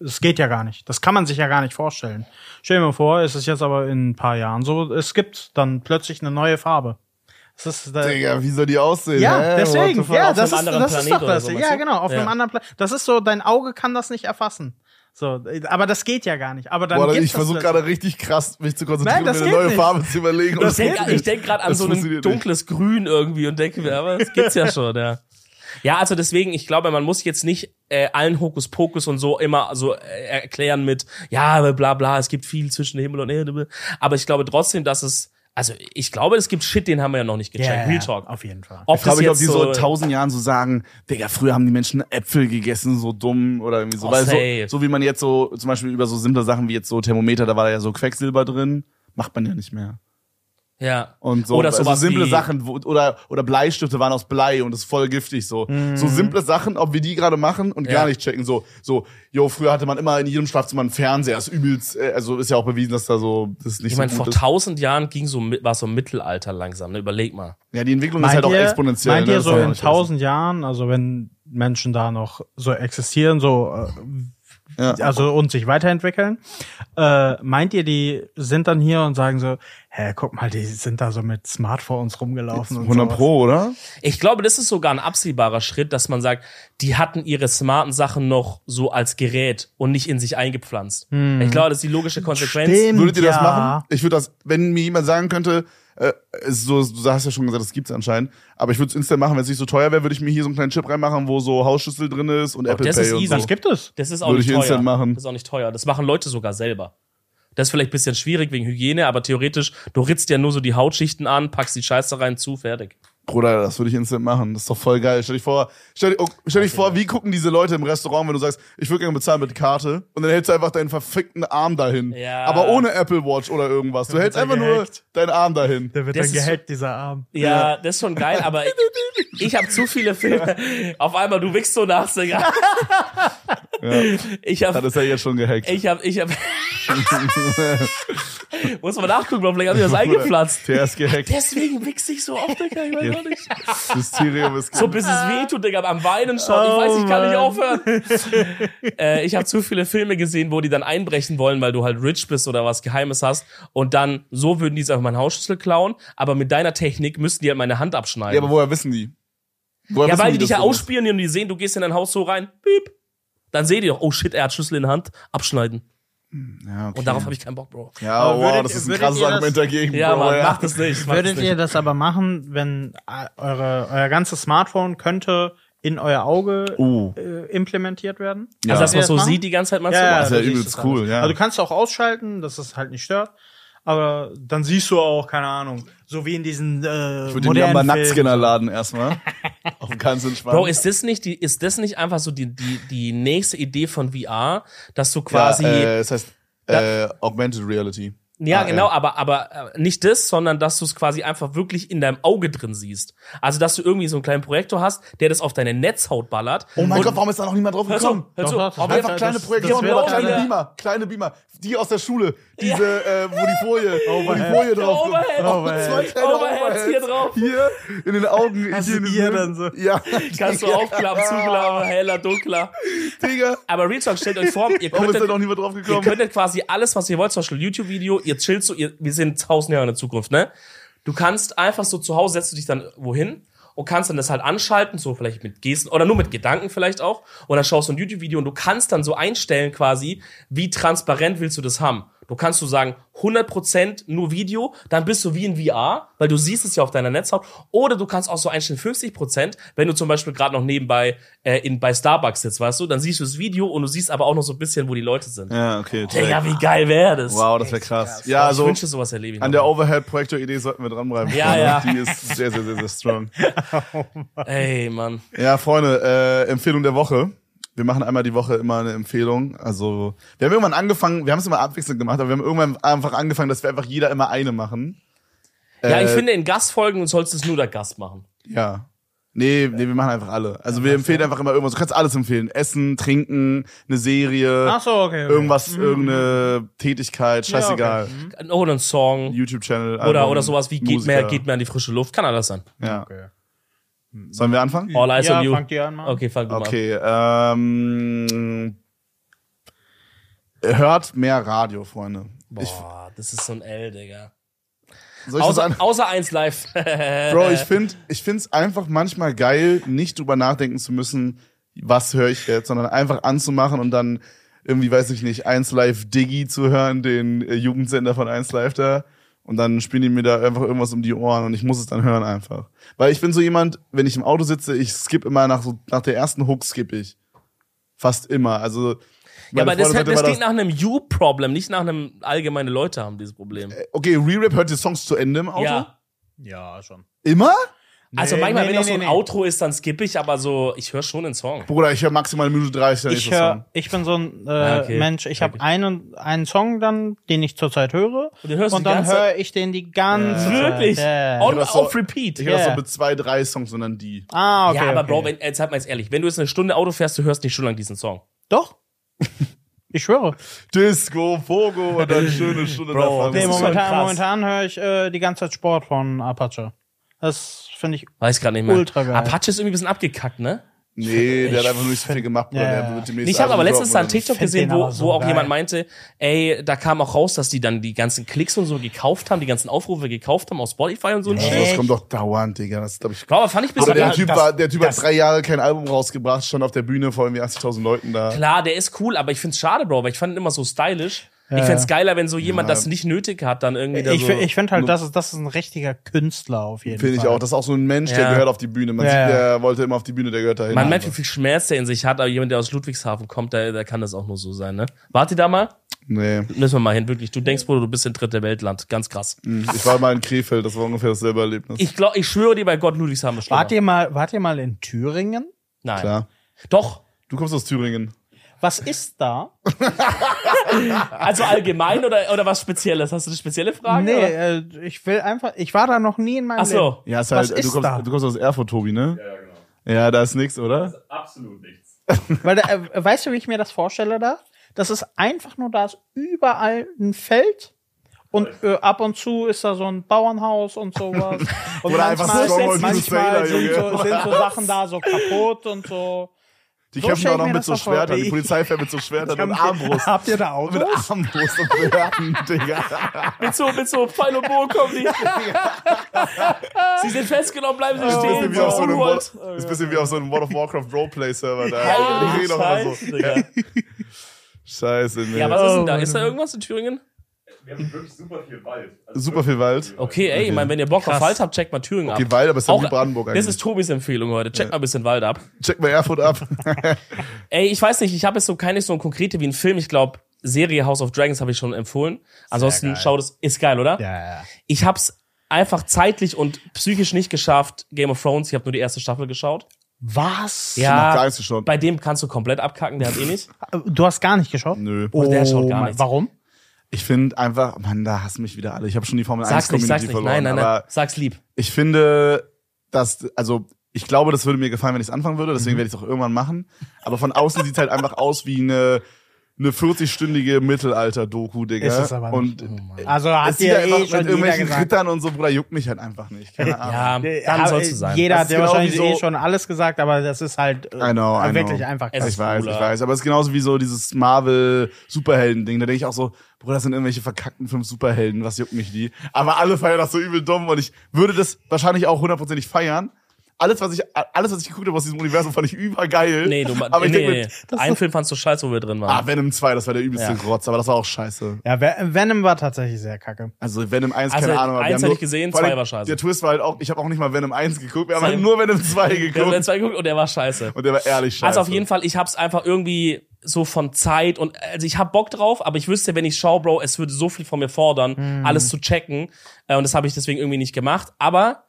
Es geht ja gar nicht. Das kann man sich ja gar nicht vorstellen. Stell dir mal vor, es ist jetzt aber in ein paar Jahren so, es gibt dann plötzlich eine neue Farbe. Es ist, so? äh, Digga, wie soll die aussehen? ja, Hä? deswegen. What the fuck? Ja, Auf das einem ist, anderen das ist Planet doch oder das. so, meinst ja, du? genau. Auf Ja. einem anderen Planet. Das ist so, dein Auge kann das nicht erfassen. So, aber das geht ja gar nicht. Aber dann Boah, gibt's ich versuche das gerade richtig krass, mich zu konzentrieren, um Nein, das mir eine geht neue nicht. Farbe zu überlegen. Ich Und- denke denk gerade an Das so ein funktioniert nicht. dunkles Grün irgendwie und denke mir, aber das <laughs> gibt's ja schon, ja. Ja, also deswegen, ich glaube, man muss jetzt nicht äh, allen Hokuspokus und so immer so äh, erklären mit, ja, bla bla, es gibt viel zwischen Himmel und Erde. Aber ich glaube trotzdem, dass es, also ich glaube, es gibt Shit, den haben wir ja noch nicht gecheckt. Ja, Real Talk. Auf jeden Fall. Ob Ich glaube, ich ob die so in so tausend Jahren so sagen, Digga, früher haben die Menschen Äpfel gegessen, so dumm oder irgendwie so. Oh, Weil safe. so, so wie man jetzt so, zum Beispiel über so simple Sachen wie jetzt so Thermometer, da war da ja so Quecksilber drin, macht man ja nicht mehr. ja. Und so, Oder also sowas simple wie- Sachen, wo, oder, oder Bleistifte waren aus Blei und das ist voll giftig, so. So simple Sachen, ob wir die gerade machen und Ja. gar nicht checken, so, so, jo, früher hatte man immer in jedem Schlafzimmer einen Fernseher, ist übelst, äh, also ist ja auch bewiesen, dass da so, das nicht Ich meine, so vor gut ist. tausend Jahren ging so, mit- war so Mittelalter langsam, ne? überleg mal. Ja, die Entwicklung ist halt auch exponentiell. Meint ne? ihr Das so kann man in nicht vergessen. tausend Jahren, also wenn Menschen da noch so existieren, so äh, Ja. also und sich weiterentwickeln, äh, meint ihr, die sind dann hier und sagen so, hä, guck mal, die sind da so mit Smartphones rumgelaufen und 100 sowas. Pro, oder? Ich glaube, das ist sogar ein absehbarer Schritt, dass man sagt, die hatten ihre smarten Sachen noch so als Gerät und nicht in sich eingepflanzt. Ich glaube, das ist die logische Konsequenz. Stimmt, Würdet ihr das ja. machen? Ich würde das, wenn mir jemand sagen könnte, äh, es ist so, du hast ja schon gesagt, das gibt's anscheinend, aber ich würde es instant machen, wenn es nicht so teuer wäre, würde ich mir hier so einen kleinen Chip reinmachen, wo so Hausschlüssel drin ist und Apple das Pay ist und easy. so. Das gibt es. Das ist auch Würde nicht ich teuer. instant machen. Das ist auch nicht teuer. Das machen Leute sogar selber. Das ist vielleicht ein bisschen schwierig wegen Hygiene, aber theoretisch, du ritzt ja nur so die Hautschichten an, packst die Scheiße rein, zu, fertig. Bruder, das würde ich instant machen. Das ist doch voll geil. Stell dich vor, stell, dich- oh, stell dich vor, wie gucken diese Leute im Restaurant, wenn du sagst, ich würde gerne bezahlen mit Karte und dann hältst du einfach deinen verfickten Arm dahin. Ja. Aber ohne Apple Watch oder irgendwas. Du hältst wird einfach er nur gehackt. deinen Arm dahin. Der wird Das dann ist- gehackt, dieser Arm. Ja, das ist schon geil, aber ich, ich habe zu viele Filme. Auf einmal, du wickst so nach, Digga. Ich Das habe ist ja jetzt schon gehackt. ich habe ich habe <laughs> Muss man nachgucken, Bro, vielleicht haben die das eingepflanzt. <laughs> Der ist <laughs> gehackt. Deswegen wichse ich so oft, Digga. Ich weiß auch nicht. Mysterium ist So bis es wehtut, Digga, am Weinen schon. Ich weiß, ich kann nicht Oh, aufhören. äh, ich habe zu viele Filme gesehen, wo die dann einbrechen wollen, weil du halt rich bist oder was Geheimes hast. Und dann, so würden die es auf meinen Hausschlüssel klauen, aber mit deiner Technik müssten die halt meine Hand Ja, aber abschneiden. woher wissen die? Woher ja, wissen weil die die dich das ja denn? ausspionieren und die sehen, du gehst in dein Haus so rein, piep. Dann sehen die doch, oh shit, er hat Schlüssel in der Hand, abschneiden. Hm, Ja, okay. Und darauf habe ich keinen Bock, Bro. ja Aber wow, würdet- das ist ein würdet krasses ihr das- Argument dagegen. Ja, Bro, Mann, ja. macht es nicht. Macht Würdet es nicht. ihr das aber machen, wenn äh, eure, euer ganzes Smartphone könnte in euer Auge Uh. äh, implementiert werden? Ja. also, dass man Würdet ihr so das machen? sieht die ganze Zeit, meinst Ja, du? ja, Boah, Das ist ja das ist übelst das cool, ja. Also du kannst auch ausschalten, dass es halt nicht stört. Aber dann siehst du auch, keine Ahnung, so wie in diesen äh, Ich würde den modernen Jamba Filmen. Nackscanner laden erstmal. <laughs> Auf ganz entspannt. Bro, ist das nicht, die, ist das nicht einfach so die, die, die nächste Idee von VR, dass du quasi. Ja, Ja, äh, das heißt äh, Augmented Reality. Ah, AR. genau, aber, aber äh, nicht das, sondern dass du es quasi einfach wirklich in deinem Auge drin siehst. Also, dass du irgendwie so einen kleinen Projektor hast, der das auf deine Netzhaut ballert. Oh mein Und- Gott, warum ist da noch niemand drauf Hör zu, gekommen? hör Doch, zu. Auf doch, jeden Einfach Fall- das- kleine das Projekte, wäre doch kleine wieder- Beamer, kleine Beamer, die aus der Schule, diese, äh, wo die Folie, wo die Overhead. Folie drauf kommt. Overhead. Zwei Overhead. kleine Overheads hier drauf. Hier, in den Augen. Hast hier du in den ihr Höhlen. dann so? Ja. <laughs> Kannst du Digga. aufklappen, zuklappen, heller, dunkler. Digga, Aber Real Talk, stellt euch vor, ihr warum ist da könntet, noch niemand drauf ihr gekommen? könntet quasi alles, was ihr wollt, zum Beispiel YouTube-Video, ihr chillt so, ihr, wir sind tausend Jahre in der Zukunft, ne? Du kannst einfach so zu Hause, setzt du dich dann wohin und kannst dann das halt anschalten, so vielleicht mit Gesten oder nur mit Gedanken vielleicht auch. Oder schaust du ein YouTube-Video und du kannst dann so einstellen quasi, wie transparent willst du das haben. Du kannst so sagen, 100% nur Video, dann bist du wie in VR, weil du siehst es ja auf deiner Netzhaut. Oder du kannst auch so einstellen 50%, wenn du zum Beispiel gerade noch nebenbei äh, in, bei Starbucks sitzt, weißt du, dann siehst du das Video und du siehst aber auch noch so ein bisschen, wo die Leute sind. Ja, okay. Digga, wie geil wäre das? Wow, das wäre krass. Ja, ich also wünschte, sowas erlebe ich an noch. der Overhead-Projektor-Idee sollten wir dranbleiben. Also, Ja, ja. Die ist sehr, sehr, sehr, sehr strong. Ey, Mann. Ja, Freunde, äh, Empfehlung der Woche. Wir machen einmal die Woche immer eine Empfehlung. Also, wir haben irgendwann angefangen, wir haben es immer abwechselnd gemacht, aber wir haben irgendwann einfach angefangen, dass wir einfach jeder immer eine machen. Ja, ich Äh, finde, in Gastfolgen sollst du es nur der Gast machen. Ja. Nee, nee, wir machen einfach alle. Also wir empfehlen einfach immer irgendwas. Du kannst alles empfehlen. Essen, trinken, eine Serie, Ach so, okay. okay. irgendwas, Mhm. irgendeine Tätigkeit, Ja, okay. scheißegal. Oder ein Song. YouTube-Channel. Mhm. Oder, Album, oder sowas wie geht Mhm. Musiker. mehr, geht mehr an die frische Luft. Kann alles sein. Ja. Okay. Sollen wir anfangen? All eyes Also, Ja, on you. fangt ihr an, Mann. Also, Okay, fang du mal an. Okay, ähm, hört mehr Radio, Freunde. Ich, Boah, das ist so ein L, Digga. soll ich das Außer, an? außer <laughs> eins live. Bro, ich finde ich find's einfach manchmal geil, nicht drüber nachdenken zu müssen, was höre ich jetzt, sondern einfach anzumachen und dann irgendwie, weiß ich nicht, 1 Live Diggy zu hören, den äh, Jugendsender von 1 Live da. Und dann spielen die mir da einfach irgendwas um die Ohren und ich muss es dann hören einfach. Weil ich bin so jemand, wenn ich im Auto sitze, ich skip immer nach so, nach der ersten Hook skip ich. Fast immer. Also, ja, aber das, sagt das immer, klingt nach einem You-Problem, nicht nach einem allgemeine Leute haben dieses Problem. dass- okay, Re-Rap hört die Songs zu Ende im Äh, Auto? Ja. Ja, schon. Immer? Also Nee, manchmal, nee, wenn nee, noch so ein nee, nee. Outro ist, dann skippe ich, aber so, ich höre schon den Song. Bruder, ich höre maximal eine Minute 30. der Ich, nächste Song. hör, ich bin so ein äh, Ah, okay. Mensch, ich habe Okay. einen, einen Song dann, den ich zurzeit höre. Und den hörst du die dann ganze höre ich den die ganze Zeit. Wirklich? Oh. Ja. On, das äh. so- auf Repeat. Ich höre das Ja. so mit zwei, drei Songs und dann die. Ah, okay. ja, aber okay. Bro, wenn, jetzt halt mal jetzt ehrlich, wenn du jetzt eine Stunde Auto fährst, du hörst nicht schon lang diesen Song. Doch. Ich schwöre. Disco, Fogo und <laughs> dann schöne Stunde Bro, Nee, Das ist schon momentan, krass. momentan höre ich äh, die ganze Zeit Sport von Apache. Das finde ich. Weiß gerade nicht mehr. Ultra geil. Apache ist irgendwie ein bisschen abgekackt, ne? Nee, der hat einfach nur nicht so viel gemacht, Bruder. Ja, Der ja. wird demnächst Nee, ich habe Album aber letztens da droppen einen TikTok Ich find gesehen, den wo, aber so wo auch geil. jemand meinte, ey, da kam auch raus, dass die dann die ganzen Klicks und so gekauft haben, die ganzen Aufrufe gekauft haben auf Spotify und so ein oder so. Shit. Das kommt doch dauernd, Digga. Das glaube ich. Bro, aber fand ich ein Aber bisschen der abgekackt. Typ, war, der Typ hat drei Jahre kein Album rausgebracht, stand auf der Bühne vor irgendwie 80.000 Leuten da. Klar, der ist cool, aber ich find's schade, Bro, weil ich fand ihn immer so stylisch. Ich find's geiler, wenn so jemand das nicht nötig hat, dann irgendwie da Ich, so. fi- ich finde halt, das ist, das ist ein richtiger Künstler auf jeden Finde ich Fall. auch. Das ist auch so ein Mensch, der Ja. gehört auf die Bühne. Man Ja, sieht, ja. der wollte immer auf die Bühne, der gehört dahin. man merkt, wie viel Schmerz der in sich hat, aber jemand, der aus Ludwigshafen kommt, der, der kann das auch nur so sein, ne? Warte da mal, Nee. müssen wir mal hin, wirklich. Du denkst, Bruder, du bist in dritte Weltland. Ganz krass. Mhm. Ich war mal in Krefeld, das war ungefähr dasselbe Erlebnis. Ich glaube, ich schwöre dir bei Gott, Ludwigshafen ist schlimmer. Wart ihr mal, wart ihr mal in Thüringen? Nein. Klar. Doch. Du kommst aus Thüringen. Was ist da? Also allgemein oder, oder was Spezielles? Hast du eine spezielle Frage? Nee, oder? äh, ich will einfach, ich war da noch nie in meinem Ach so. Ja, ist halt, Was du, ist kommst, da? du kommst aus Erfurt, Tobi, ne? Ja, genau. Ja, da ist nichts, oder? Absolut nichts. Leben. Weil, da, äh, weißt du, wie ich mir das vorstelle da? Das ist einfach nur, da ist überall ein Feld und äh, ab und zu ist da so ein Bauernhaus und <laughs> sowas. Und Oder einfach manchmal, Stronghold manchmal Crusader, sind, <laughs> Junge. so, sind so Sachen da so kaputt und so. Die So kämpfen stell auch ich noch mir mit das so doch vor. Schwertern. Die Ich- Polizei fährt <laughs> mit so Schwertern und Habt ihr- Armbrust. Habt ihr da Mit Autos? Armbrust und <laughs> Behörden, Digga. Mit so, mit so Pfeil und Bogen kommen <laughs> die. Sie sind festgenommen, bleiben Sie Das ist ein bisschen stehen. wie auf so einem Unhold. World- das ist ein bisschen wie auf so einem World of Warcraft Roleplay-Server. Da Alter, Die reden auch immer Ah, Scheiße, so. Digga. Scheiße, nee. Ja, was ist Oh, denn da? Ist Mann. da irgendwas in Thüringen? Wir haben wirklich super viel Wald. Also Super viel Wald. Okay, ey, ich meine, wenn ihr Bock auf Krass. Wald habt, checkt mal Thüringen Okay, ab. Wald, aber es ist ja Oh. Auch, wie Brandenburg das eigentlich. ist Tobis Empfehlung heute. Checkt mal ein bisschen Wald ab. Check mal Erfurt ab. Ey, ich weiß nicht, ich habe jetzt so keine so konkrete wie einen Film. Ich glaube, Serie House of Dragons habe ich schon empfohlen. Ansonsten geil. schaut es, ist geil, oder? Ja, ja. Ich hab's einfach zeitlich und psychisch nicht geschafft. Game of Thrones, ich habe nur die erste Staffel geschaut. Was? Noch gar Ja, nichts geschaut. bei dem kannst du komplett abkacken, der hat eh nicht. Du hast gar nicht geschaut? Nö. Oh, der schaut gar Mann. nichts. Warum? Ich finde einfach, Mann, da hassen mich wieder alle. Ich habe schon die Formel 1 Sag's nicht, sag's Community nicht. verloren. Nein, nein, aber nein. Sag's lieb. ich finde, dass, also, ich glaube, das würde mir gefallen, wenn ich es anfangen würde. Mhm. Deswegen werde ich es auch irgendwann machen. Aber von außen sieht halt einfach aus wie eine, eine 40-stündige Mittelalter-Doku, Digga. Ist es aber und nicht. Also es hat sieht halt dir einfach eh mit schon jeder irgendwelchen gesagt. Rittern und so, Bruder, juckt mich halt einfach nicht. <laughs> Keine Ahnung. Ja, dann Ja, soll's äh, so sein. Jeder Das hat ist dir genau wahrscheinlich wie so- eh schon alles gesagt, aber das ist halt äh, I know, I know. wirklich einfach Es ich ist krass. weiß, cooler. ich weiß. Aber es ist genauso wie so dieses Marvel-Superhelden-Ding. Da denke ich auch so, Bruder, das sind irgendwelche verkackten fünf Superhelden, was juckt mich die? Aber alle feiern das so übel dumm und ich würde das wahrscheinlich auch hundertprozentig feiern. Alles, was ich, alles, was ich geguckt habe aus diesem Universum, fand ich übergeil. Nee, du, <laughs> aber aber ich nee, denk nee. Mit, Einen Film fandst du scheiße, wo wir drin ah, waren. Venom 2, das war der übelste Ja. Grotz, aber das war auch scheiße. Ja, Ven- Venom war tatsächlich sehr kacke. Also Venom 1, Also, keine Ahnung. aber wir eins haben hab nur- ich gesehen, vor allem zwei war scheiße. Der Twist war halt auch, ich habe auch nicht mal Venom 1 geguckt, wir haben Same. halt nur Venom 2 Wir haben dann geguckt. zwei geguckt und der war scheiße. Und der war ehrlich scheiße. Also auf jeden Fall, ich hab's einfach irgendwie so von Zeit und also ich hab Bock drauf, aber ich wüsste, wenn ich schaue, Bro, es würde so viel von mir Hm. fordern, alles zu checken äh, und das habe ich deswegen irgendwie nicht gemacht, aber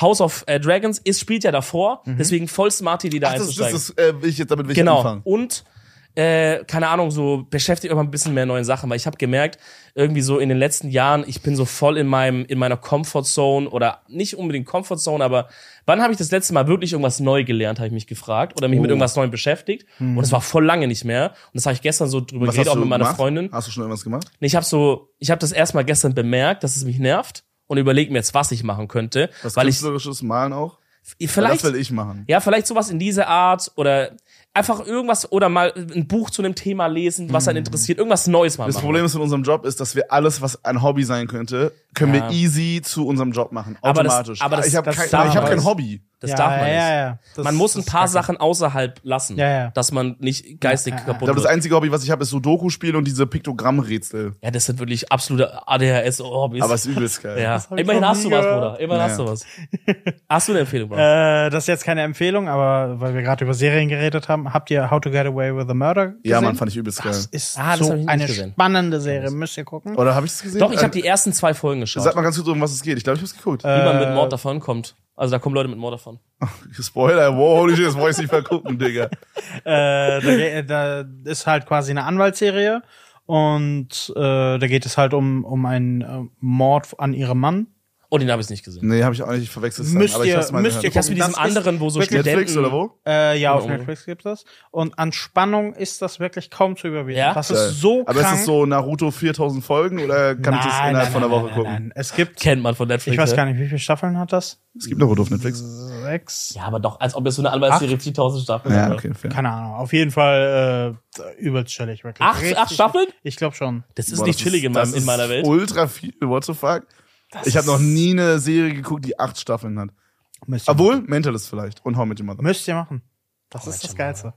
House of äh, Dragons ist spielt ja davor, deswegen voll smart die da Mhm. Ach, das, das, einzusteigen. das äh, will ich jetzt damit will ich genau. anfangen. Und äh, keine Ahnung, so beschäftigt euch mal ein bisschen mehr neuen Sachen, weil ich habe gemerkt, irgendwie so in den letzten Jahren, ich bin so voll in meinem in meiner Comfort Zone oder nicht unbedingt Comfort Zone, aber wann habe ich das letzte Mal wirklich irgendwas neu gelernt, habe ich mich gefragt oder mich Oh. mit irgendwas Neuem beschäftigt und es war voll lange nicht mehr und das habe ich gestern so drüber Mhm. Was geredet hast auch du mit meiner gemacht? Ah. Freundin. Hast du schon irgendwas gemacht? Nee, ich habe so ich habe das erstmal gestern bemerkt, dass es mich nervt und überlege mir jetzt, was ich machen könnte, Was weil ich künstlerisches Malen auch? Weil vielleicht das will ich machen. ja, vielleicht sowas in dieser Art oder einfach irgendwas oder mal ein Buch zu einem Thema lesen, was einen interessiert, irgendwas Neues mal Mhm. Das machen. Problem ist in unserem Job ist, dass wir alles, was ein Hobby sein könnte, können Ja. wir easy zu unserem Job machen. Aber das- Automatisch. aber das- ich habe das kein, darf ich hab man kein nicht. Hobby. das ja, darf man ja, nicht. Ja, das, man muss ein das ist paar kacke. Sachen außerhalb lassen, Ja, ja. dass man nicht geistig Ich kaputt glaube, das wird. einzige Hobby, was ich habe, ist Sudoku-Spiele und diese Piktogrammrätsel. ja, das sind wirklich absolute ADHS-Hobbys. Aber es ist übelst geil. ja. Das hab ich Immerhin noch hast du nie was, gehört. Bruder. Immerhin hast du Ja. was. Hast du eine Empfehlung, Bro? Äh, das ist jetzt keine Empfehlung, aber weil wir gerade über Serien geredet haben, habt ihr How to Get Away with a Murder gesehen? Ja, Mann, fand ich übelst geil. das ist Ah, das hab so ich nicht eine gesehen. spannende Serie, müsst ihr gucken. Oder habe ich das gesehen? Doch, ich habe Äh, die ersten zwei Folgen geschaut. Sag mal ganz kurz, um was es geht. Ich glaube, ich habe es geguckt. wie man mit Äh, Mord davon kommt. Also da kommen Leute mit Mord davon. <laughs> Spoiler, wow, holy shit, das wollte ich nicht vergucken, <laughs> Digga. Äh, da, ge- da ist halt quasi eine Anwaltsserie und äh, da geht es halt um, um einen äh, Mord an ihrem Mann. Oh, den habe ich nicht gesehen. Nee, habe ich auch nicht verwechselt. Müsst aber ich ihr- hab's mal müsst gehört. ihr Ich hab's mit Das diesem ist anderen, wo so wirklich Studenten... Netflix oder wo? Äh, ja, auf Genau. Netflix gibt es das. Und an Spannung ist das wirklich kaum zu überbieten. Ja? Das Geil. ist so Aber krank. ist es so Naruto 4000 Folgen oder kann ich das Nein, innerhalb von nein, einer nein, Woche nein, gucken? Nein. Es gibt, Kennt man von Netflix. ich weiß ne? gar nicht, wie viele Staffeln hat das? Es gibt Naruto auf Netflix. Sechs? Ja, aber doch, als ob das so eine Anwaltsserie 4000 Staffeln Ja, wäre. okay, fair. Keine Ahnung. Auf jeden Fall äh, übelstellig wirklich. Acht, Richtig- acht Staffeln? Ich glaube schon. Das ist Boah, nicht das chillig in, das meinem, in meiner ist Welt. Ultra viel, what the fuck? ich habe noch nie eine Serie geguckt, die acht Staffeln hat. Müsst ihr, Obwohl, Mentalist vielleicht und How mit Your Mother. müsst ihr machen. Das ist das Geilste.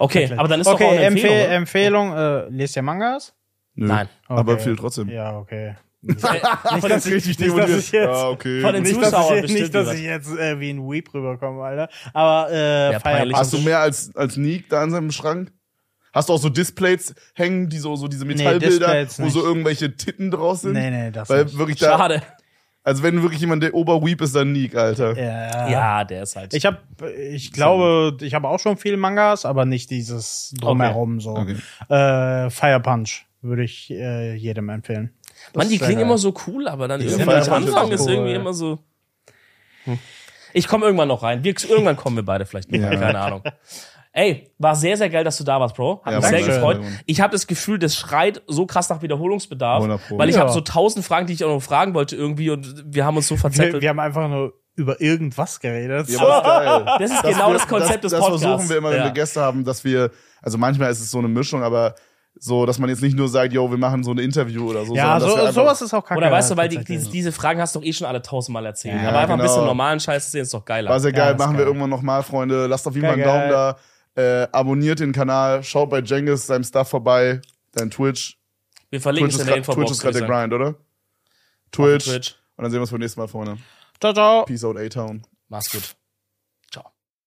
Okay, aber dann ist doch auch okay, eine Empfehlung. Empfehl- oder? Empfehlung, äh, lest ihr Mangas? Nö. Nein. Aber Okay. viel trotzdem. Ja, okay. <laughs> Äh, <laughs> von den- Richtig nicht, dass ich jetzt- Ja, okay. Von den Nicht, dass Zuschauern ich, nicht, bestimmt dass lieber. ich jetzt äh, wie ein Weep rüberkomme, Alter. Aber äh, Ja, Fire peinlich. Hast du mehr als, als Nick da in seinem Schrank? Hast du auch so Displays hängen, die so, so diese Metallbilder, Displays wo so nicht. irgendwelche Titten draus sind? Nee, nee, das Weil nicht. wirklich da, Schade. also wenn wirklich jemand der Oberweep ist, dann Nick, Alter. Ja. Ja, der ist halt. Ich habe, ich glaube, ich habe auch schon viele Mangas, aber nicht dieses drumherum so. Okay. Äh, Fire Punch würde ich äh, jedem empfehlen. Mann, die ist sehr klingen geil. immer so cool, aber dann sind irgendwann am einfach Anfang so ist cool. irgendwie immer so. Hm. Ich komme irgendwann noch rein. Wir, irgendwann kommen wir beide vielleicht noch rein, Ja. keine Ahnung. Ey, war sehr, sehr geil, dass du da warst, Bro. Hat Ja, mich sehr danke. gefreut. Ich habe das Gefühl, das schreit so krass nach Wiederholungsbedarf, 100 Pro. weil ich Ja. habe so tausend Fragen, die ich auch noch fragen wollte irgendwie und wir haben uns so Wir, verzettelt. wir haben einfach nur über irgendwas geredet. Ja, aber <laughs> ist geil. Das ist genau das Konzept des Podcasts. Das versuchen wir immer, wenn Ja. wir Gäste haben, dass wir, also manchmal ist es so eine Mischung, aber so, dass man jetzt nicht nur sagt, yo, wir machen so ein Interview oder so. sondern ja, dass wir so, einfach- sowas ist auch kacke. Oder weißt du, weil die, tatsächlich. diese, diese Fragen hast du doch eh schon alle tausendmal erzählt. Ja, Aber einfach ein bisschen genau. normalen Scheiß zu sehen ist doch geiler. War sehr Ja, geil, ist machen wir geil. irgendwann nochmal, Freunde. Lasst auf jeden Fall einen Geil, Daumen da. Äh, abonniert den Kanal, schaut bei Jengis seinem Stuff vorbei, dein Twitch. wir verlinken Twitch ist, es in der grad- Twitch Infobox. ist gerade würde ich der sagen. Grind, oder? Twitch. Twitch. Und dann sehen wir uns beim nächsten Mal, Freunde. Ciao, ciao. Peace out, A-Town. Mach's gut.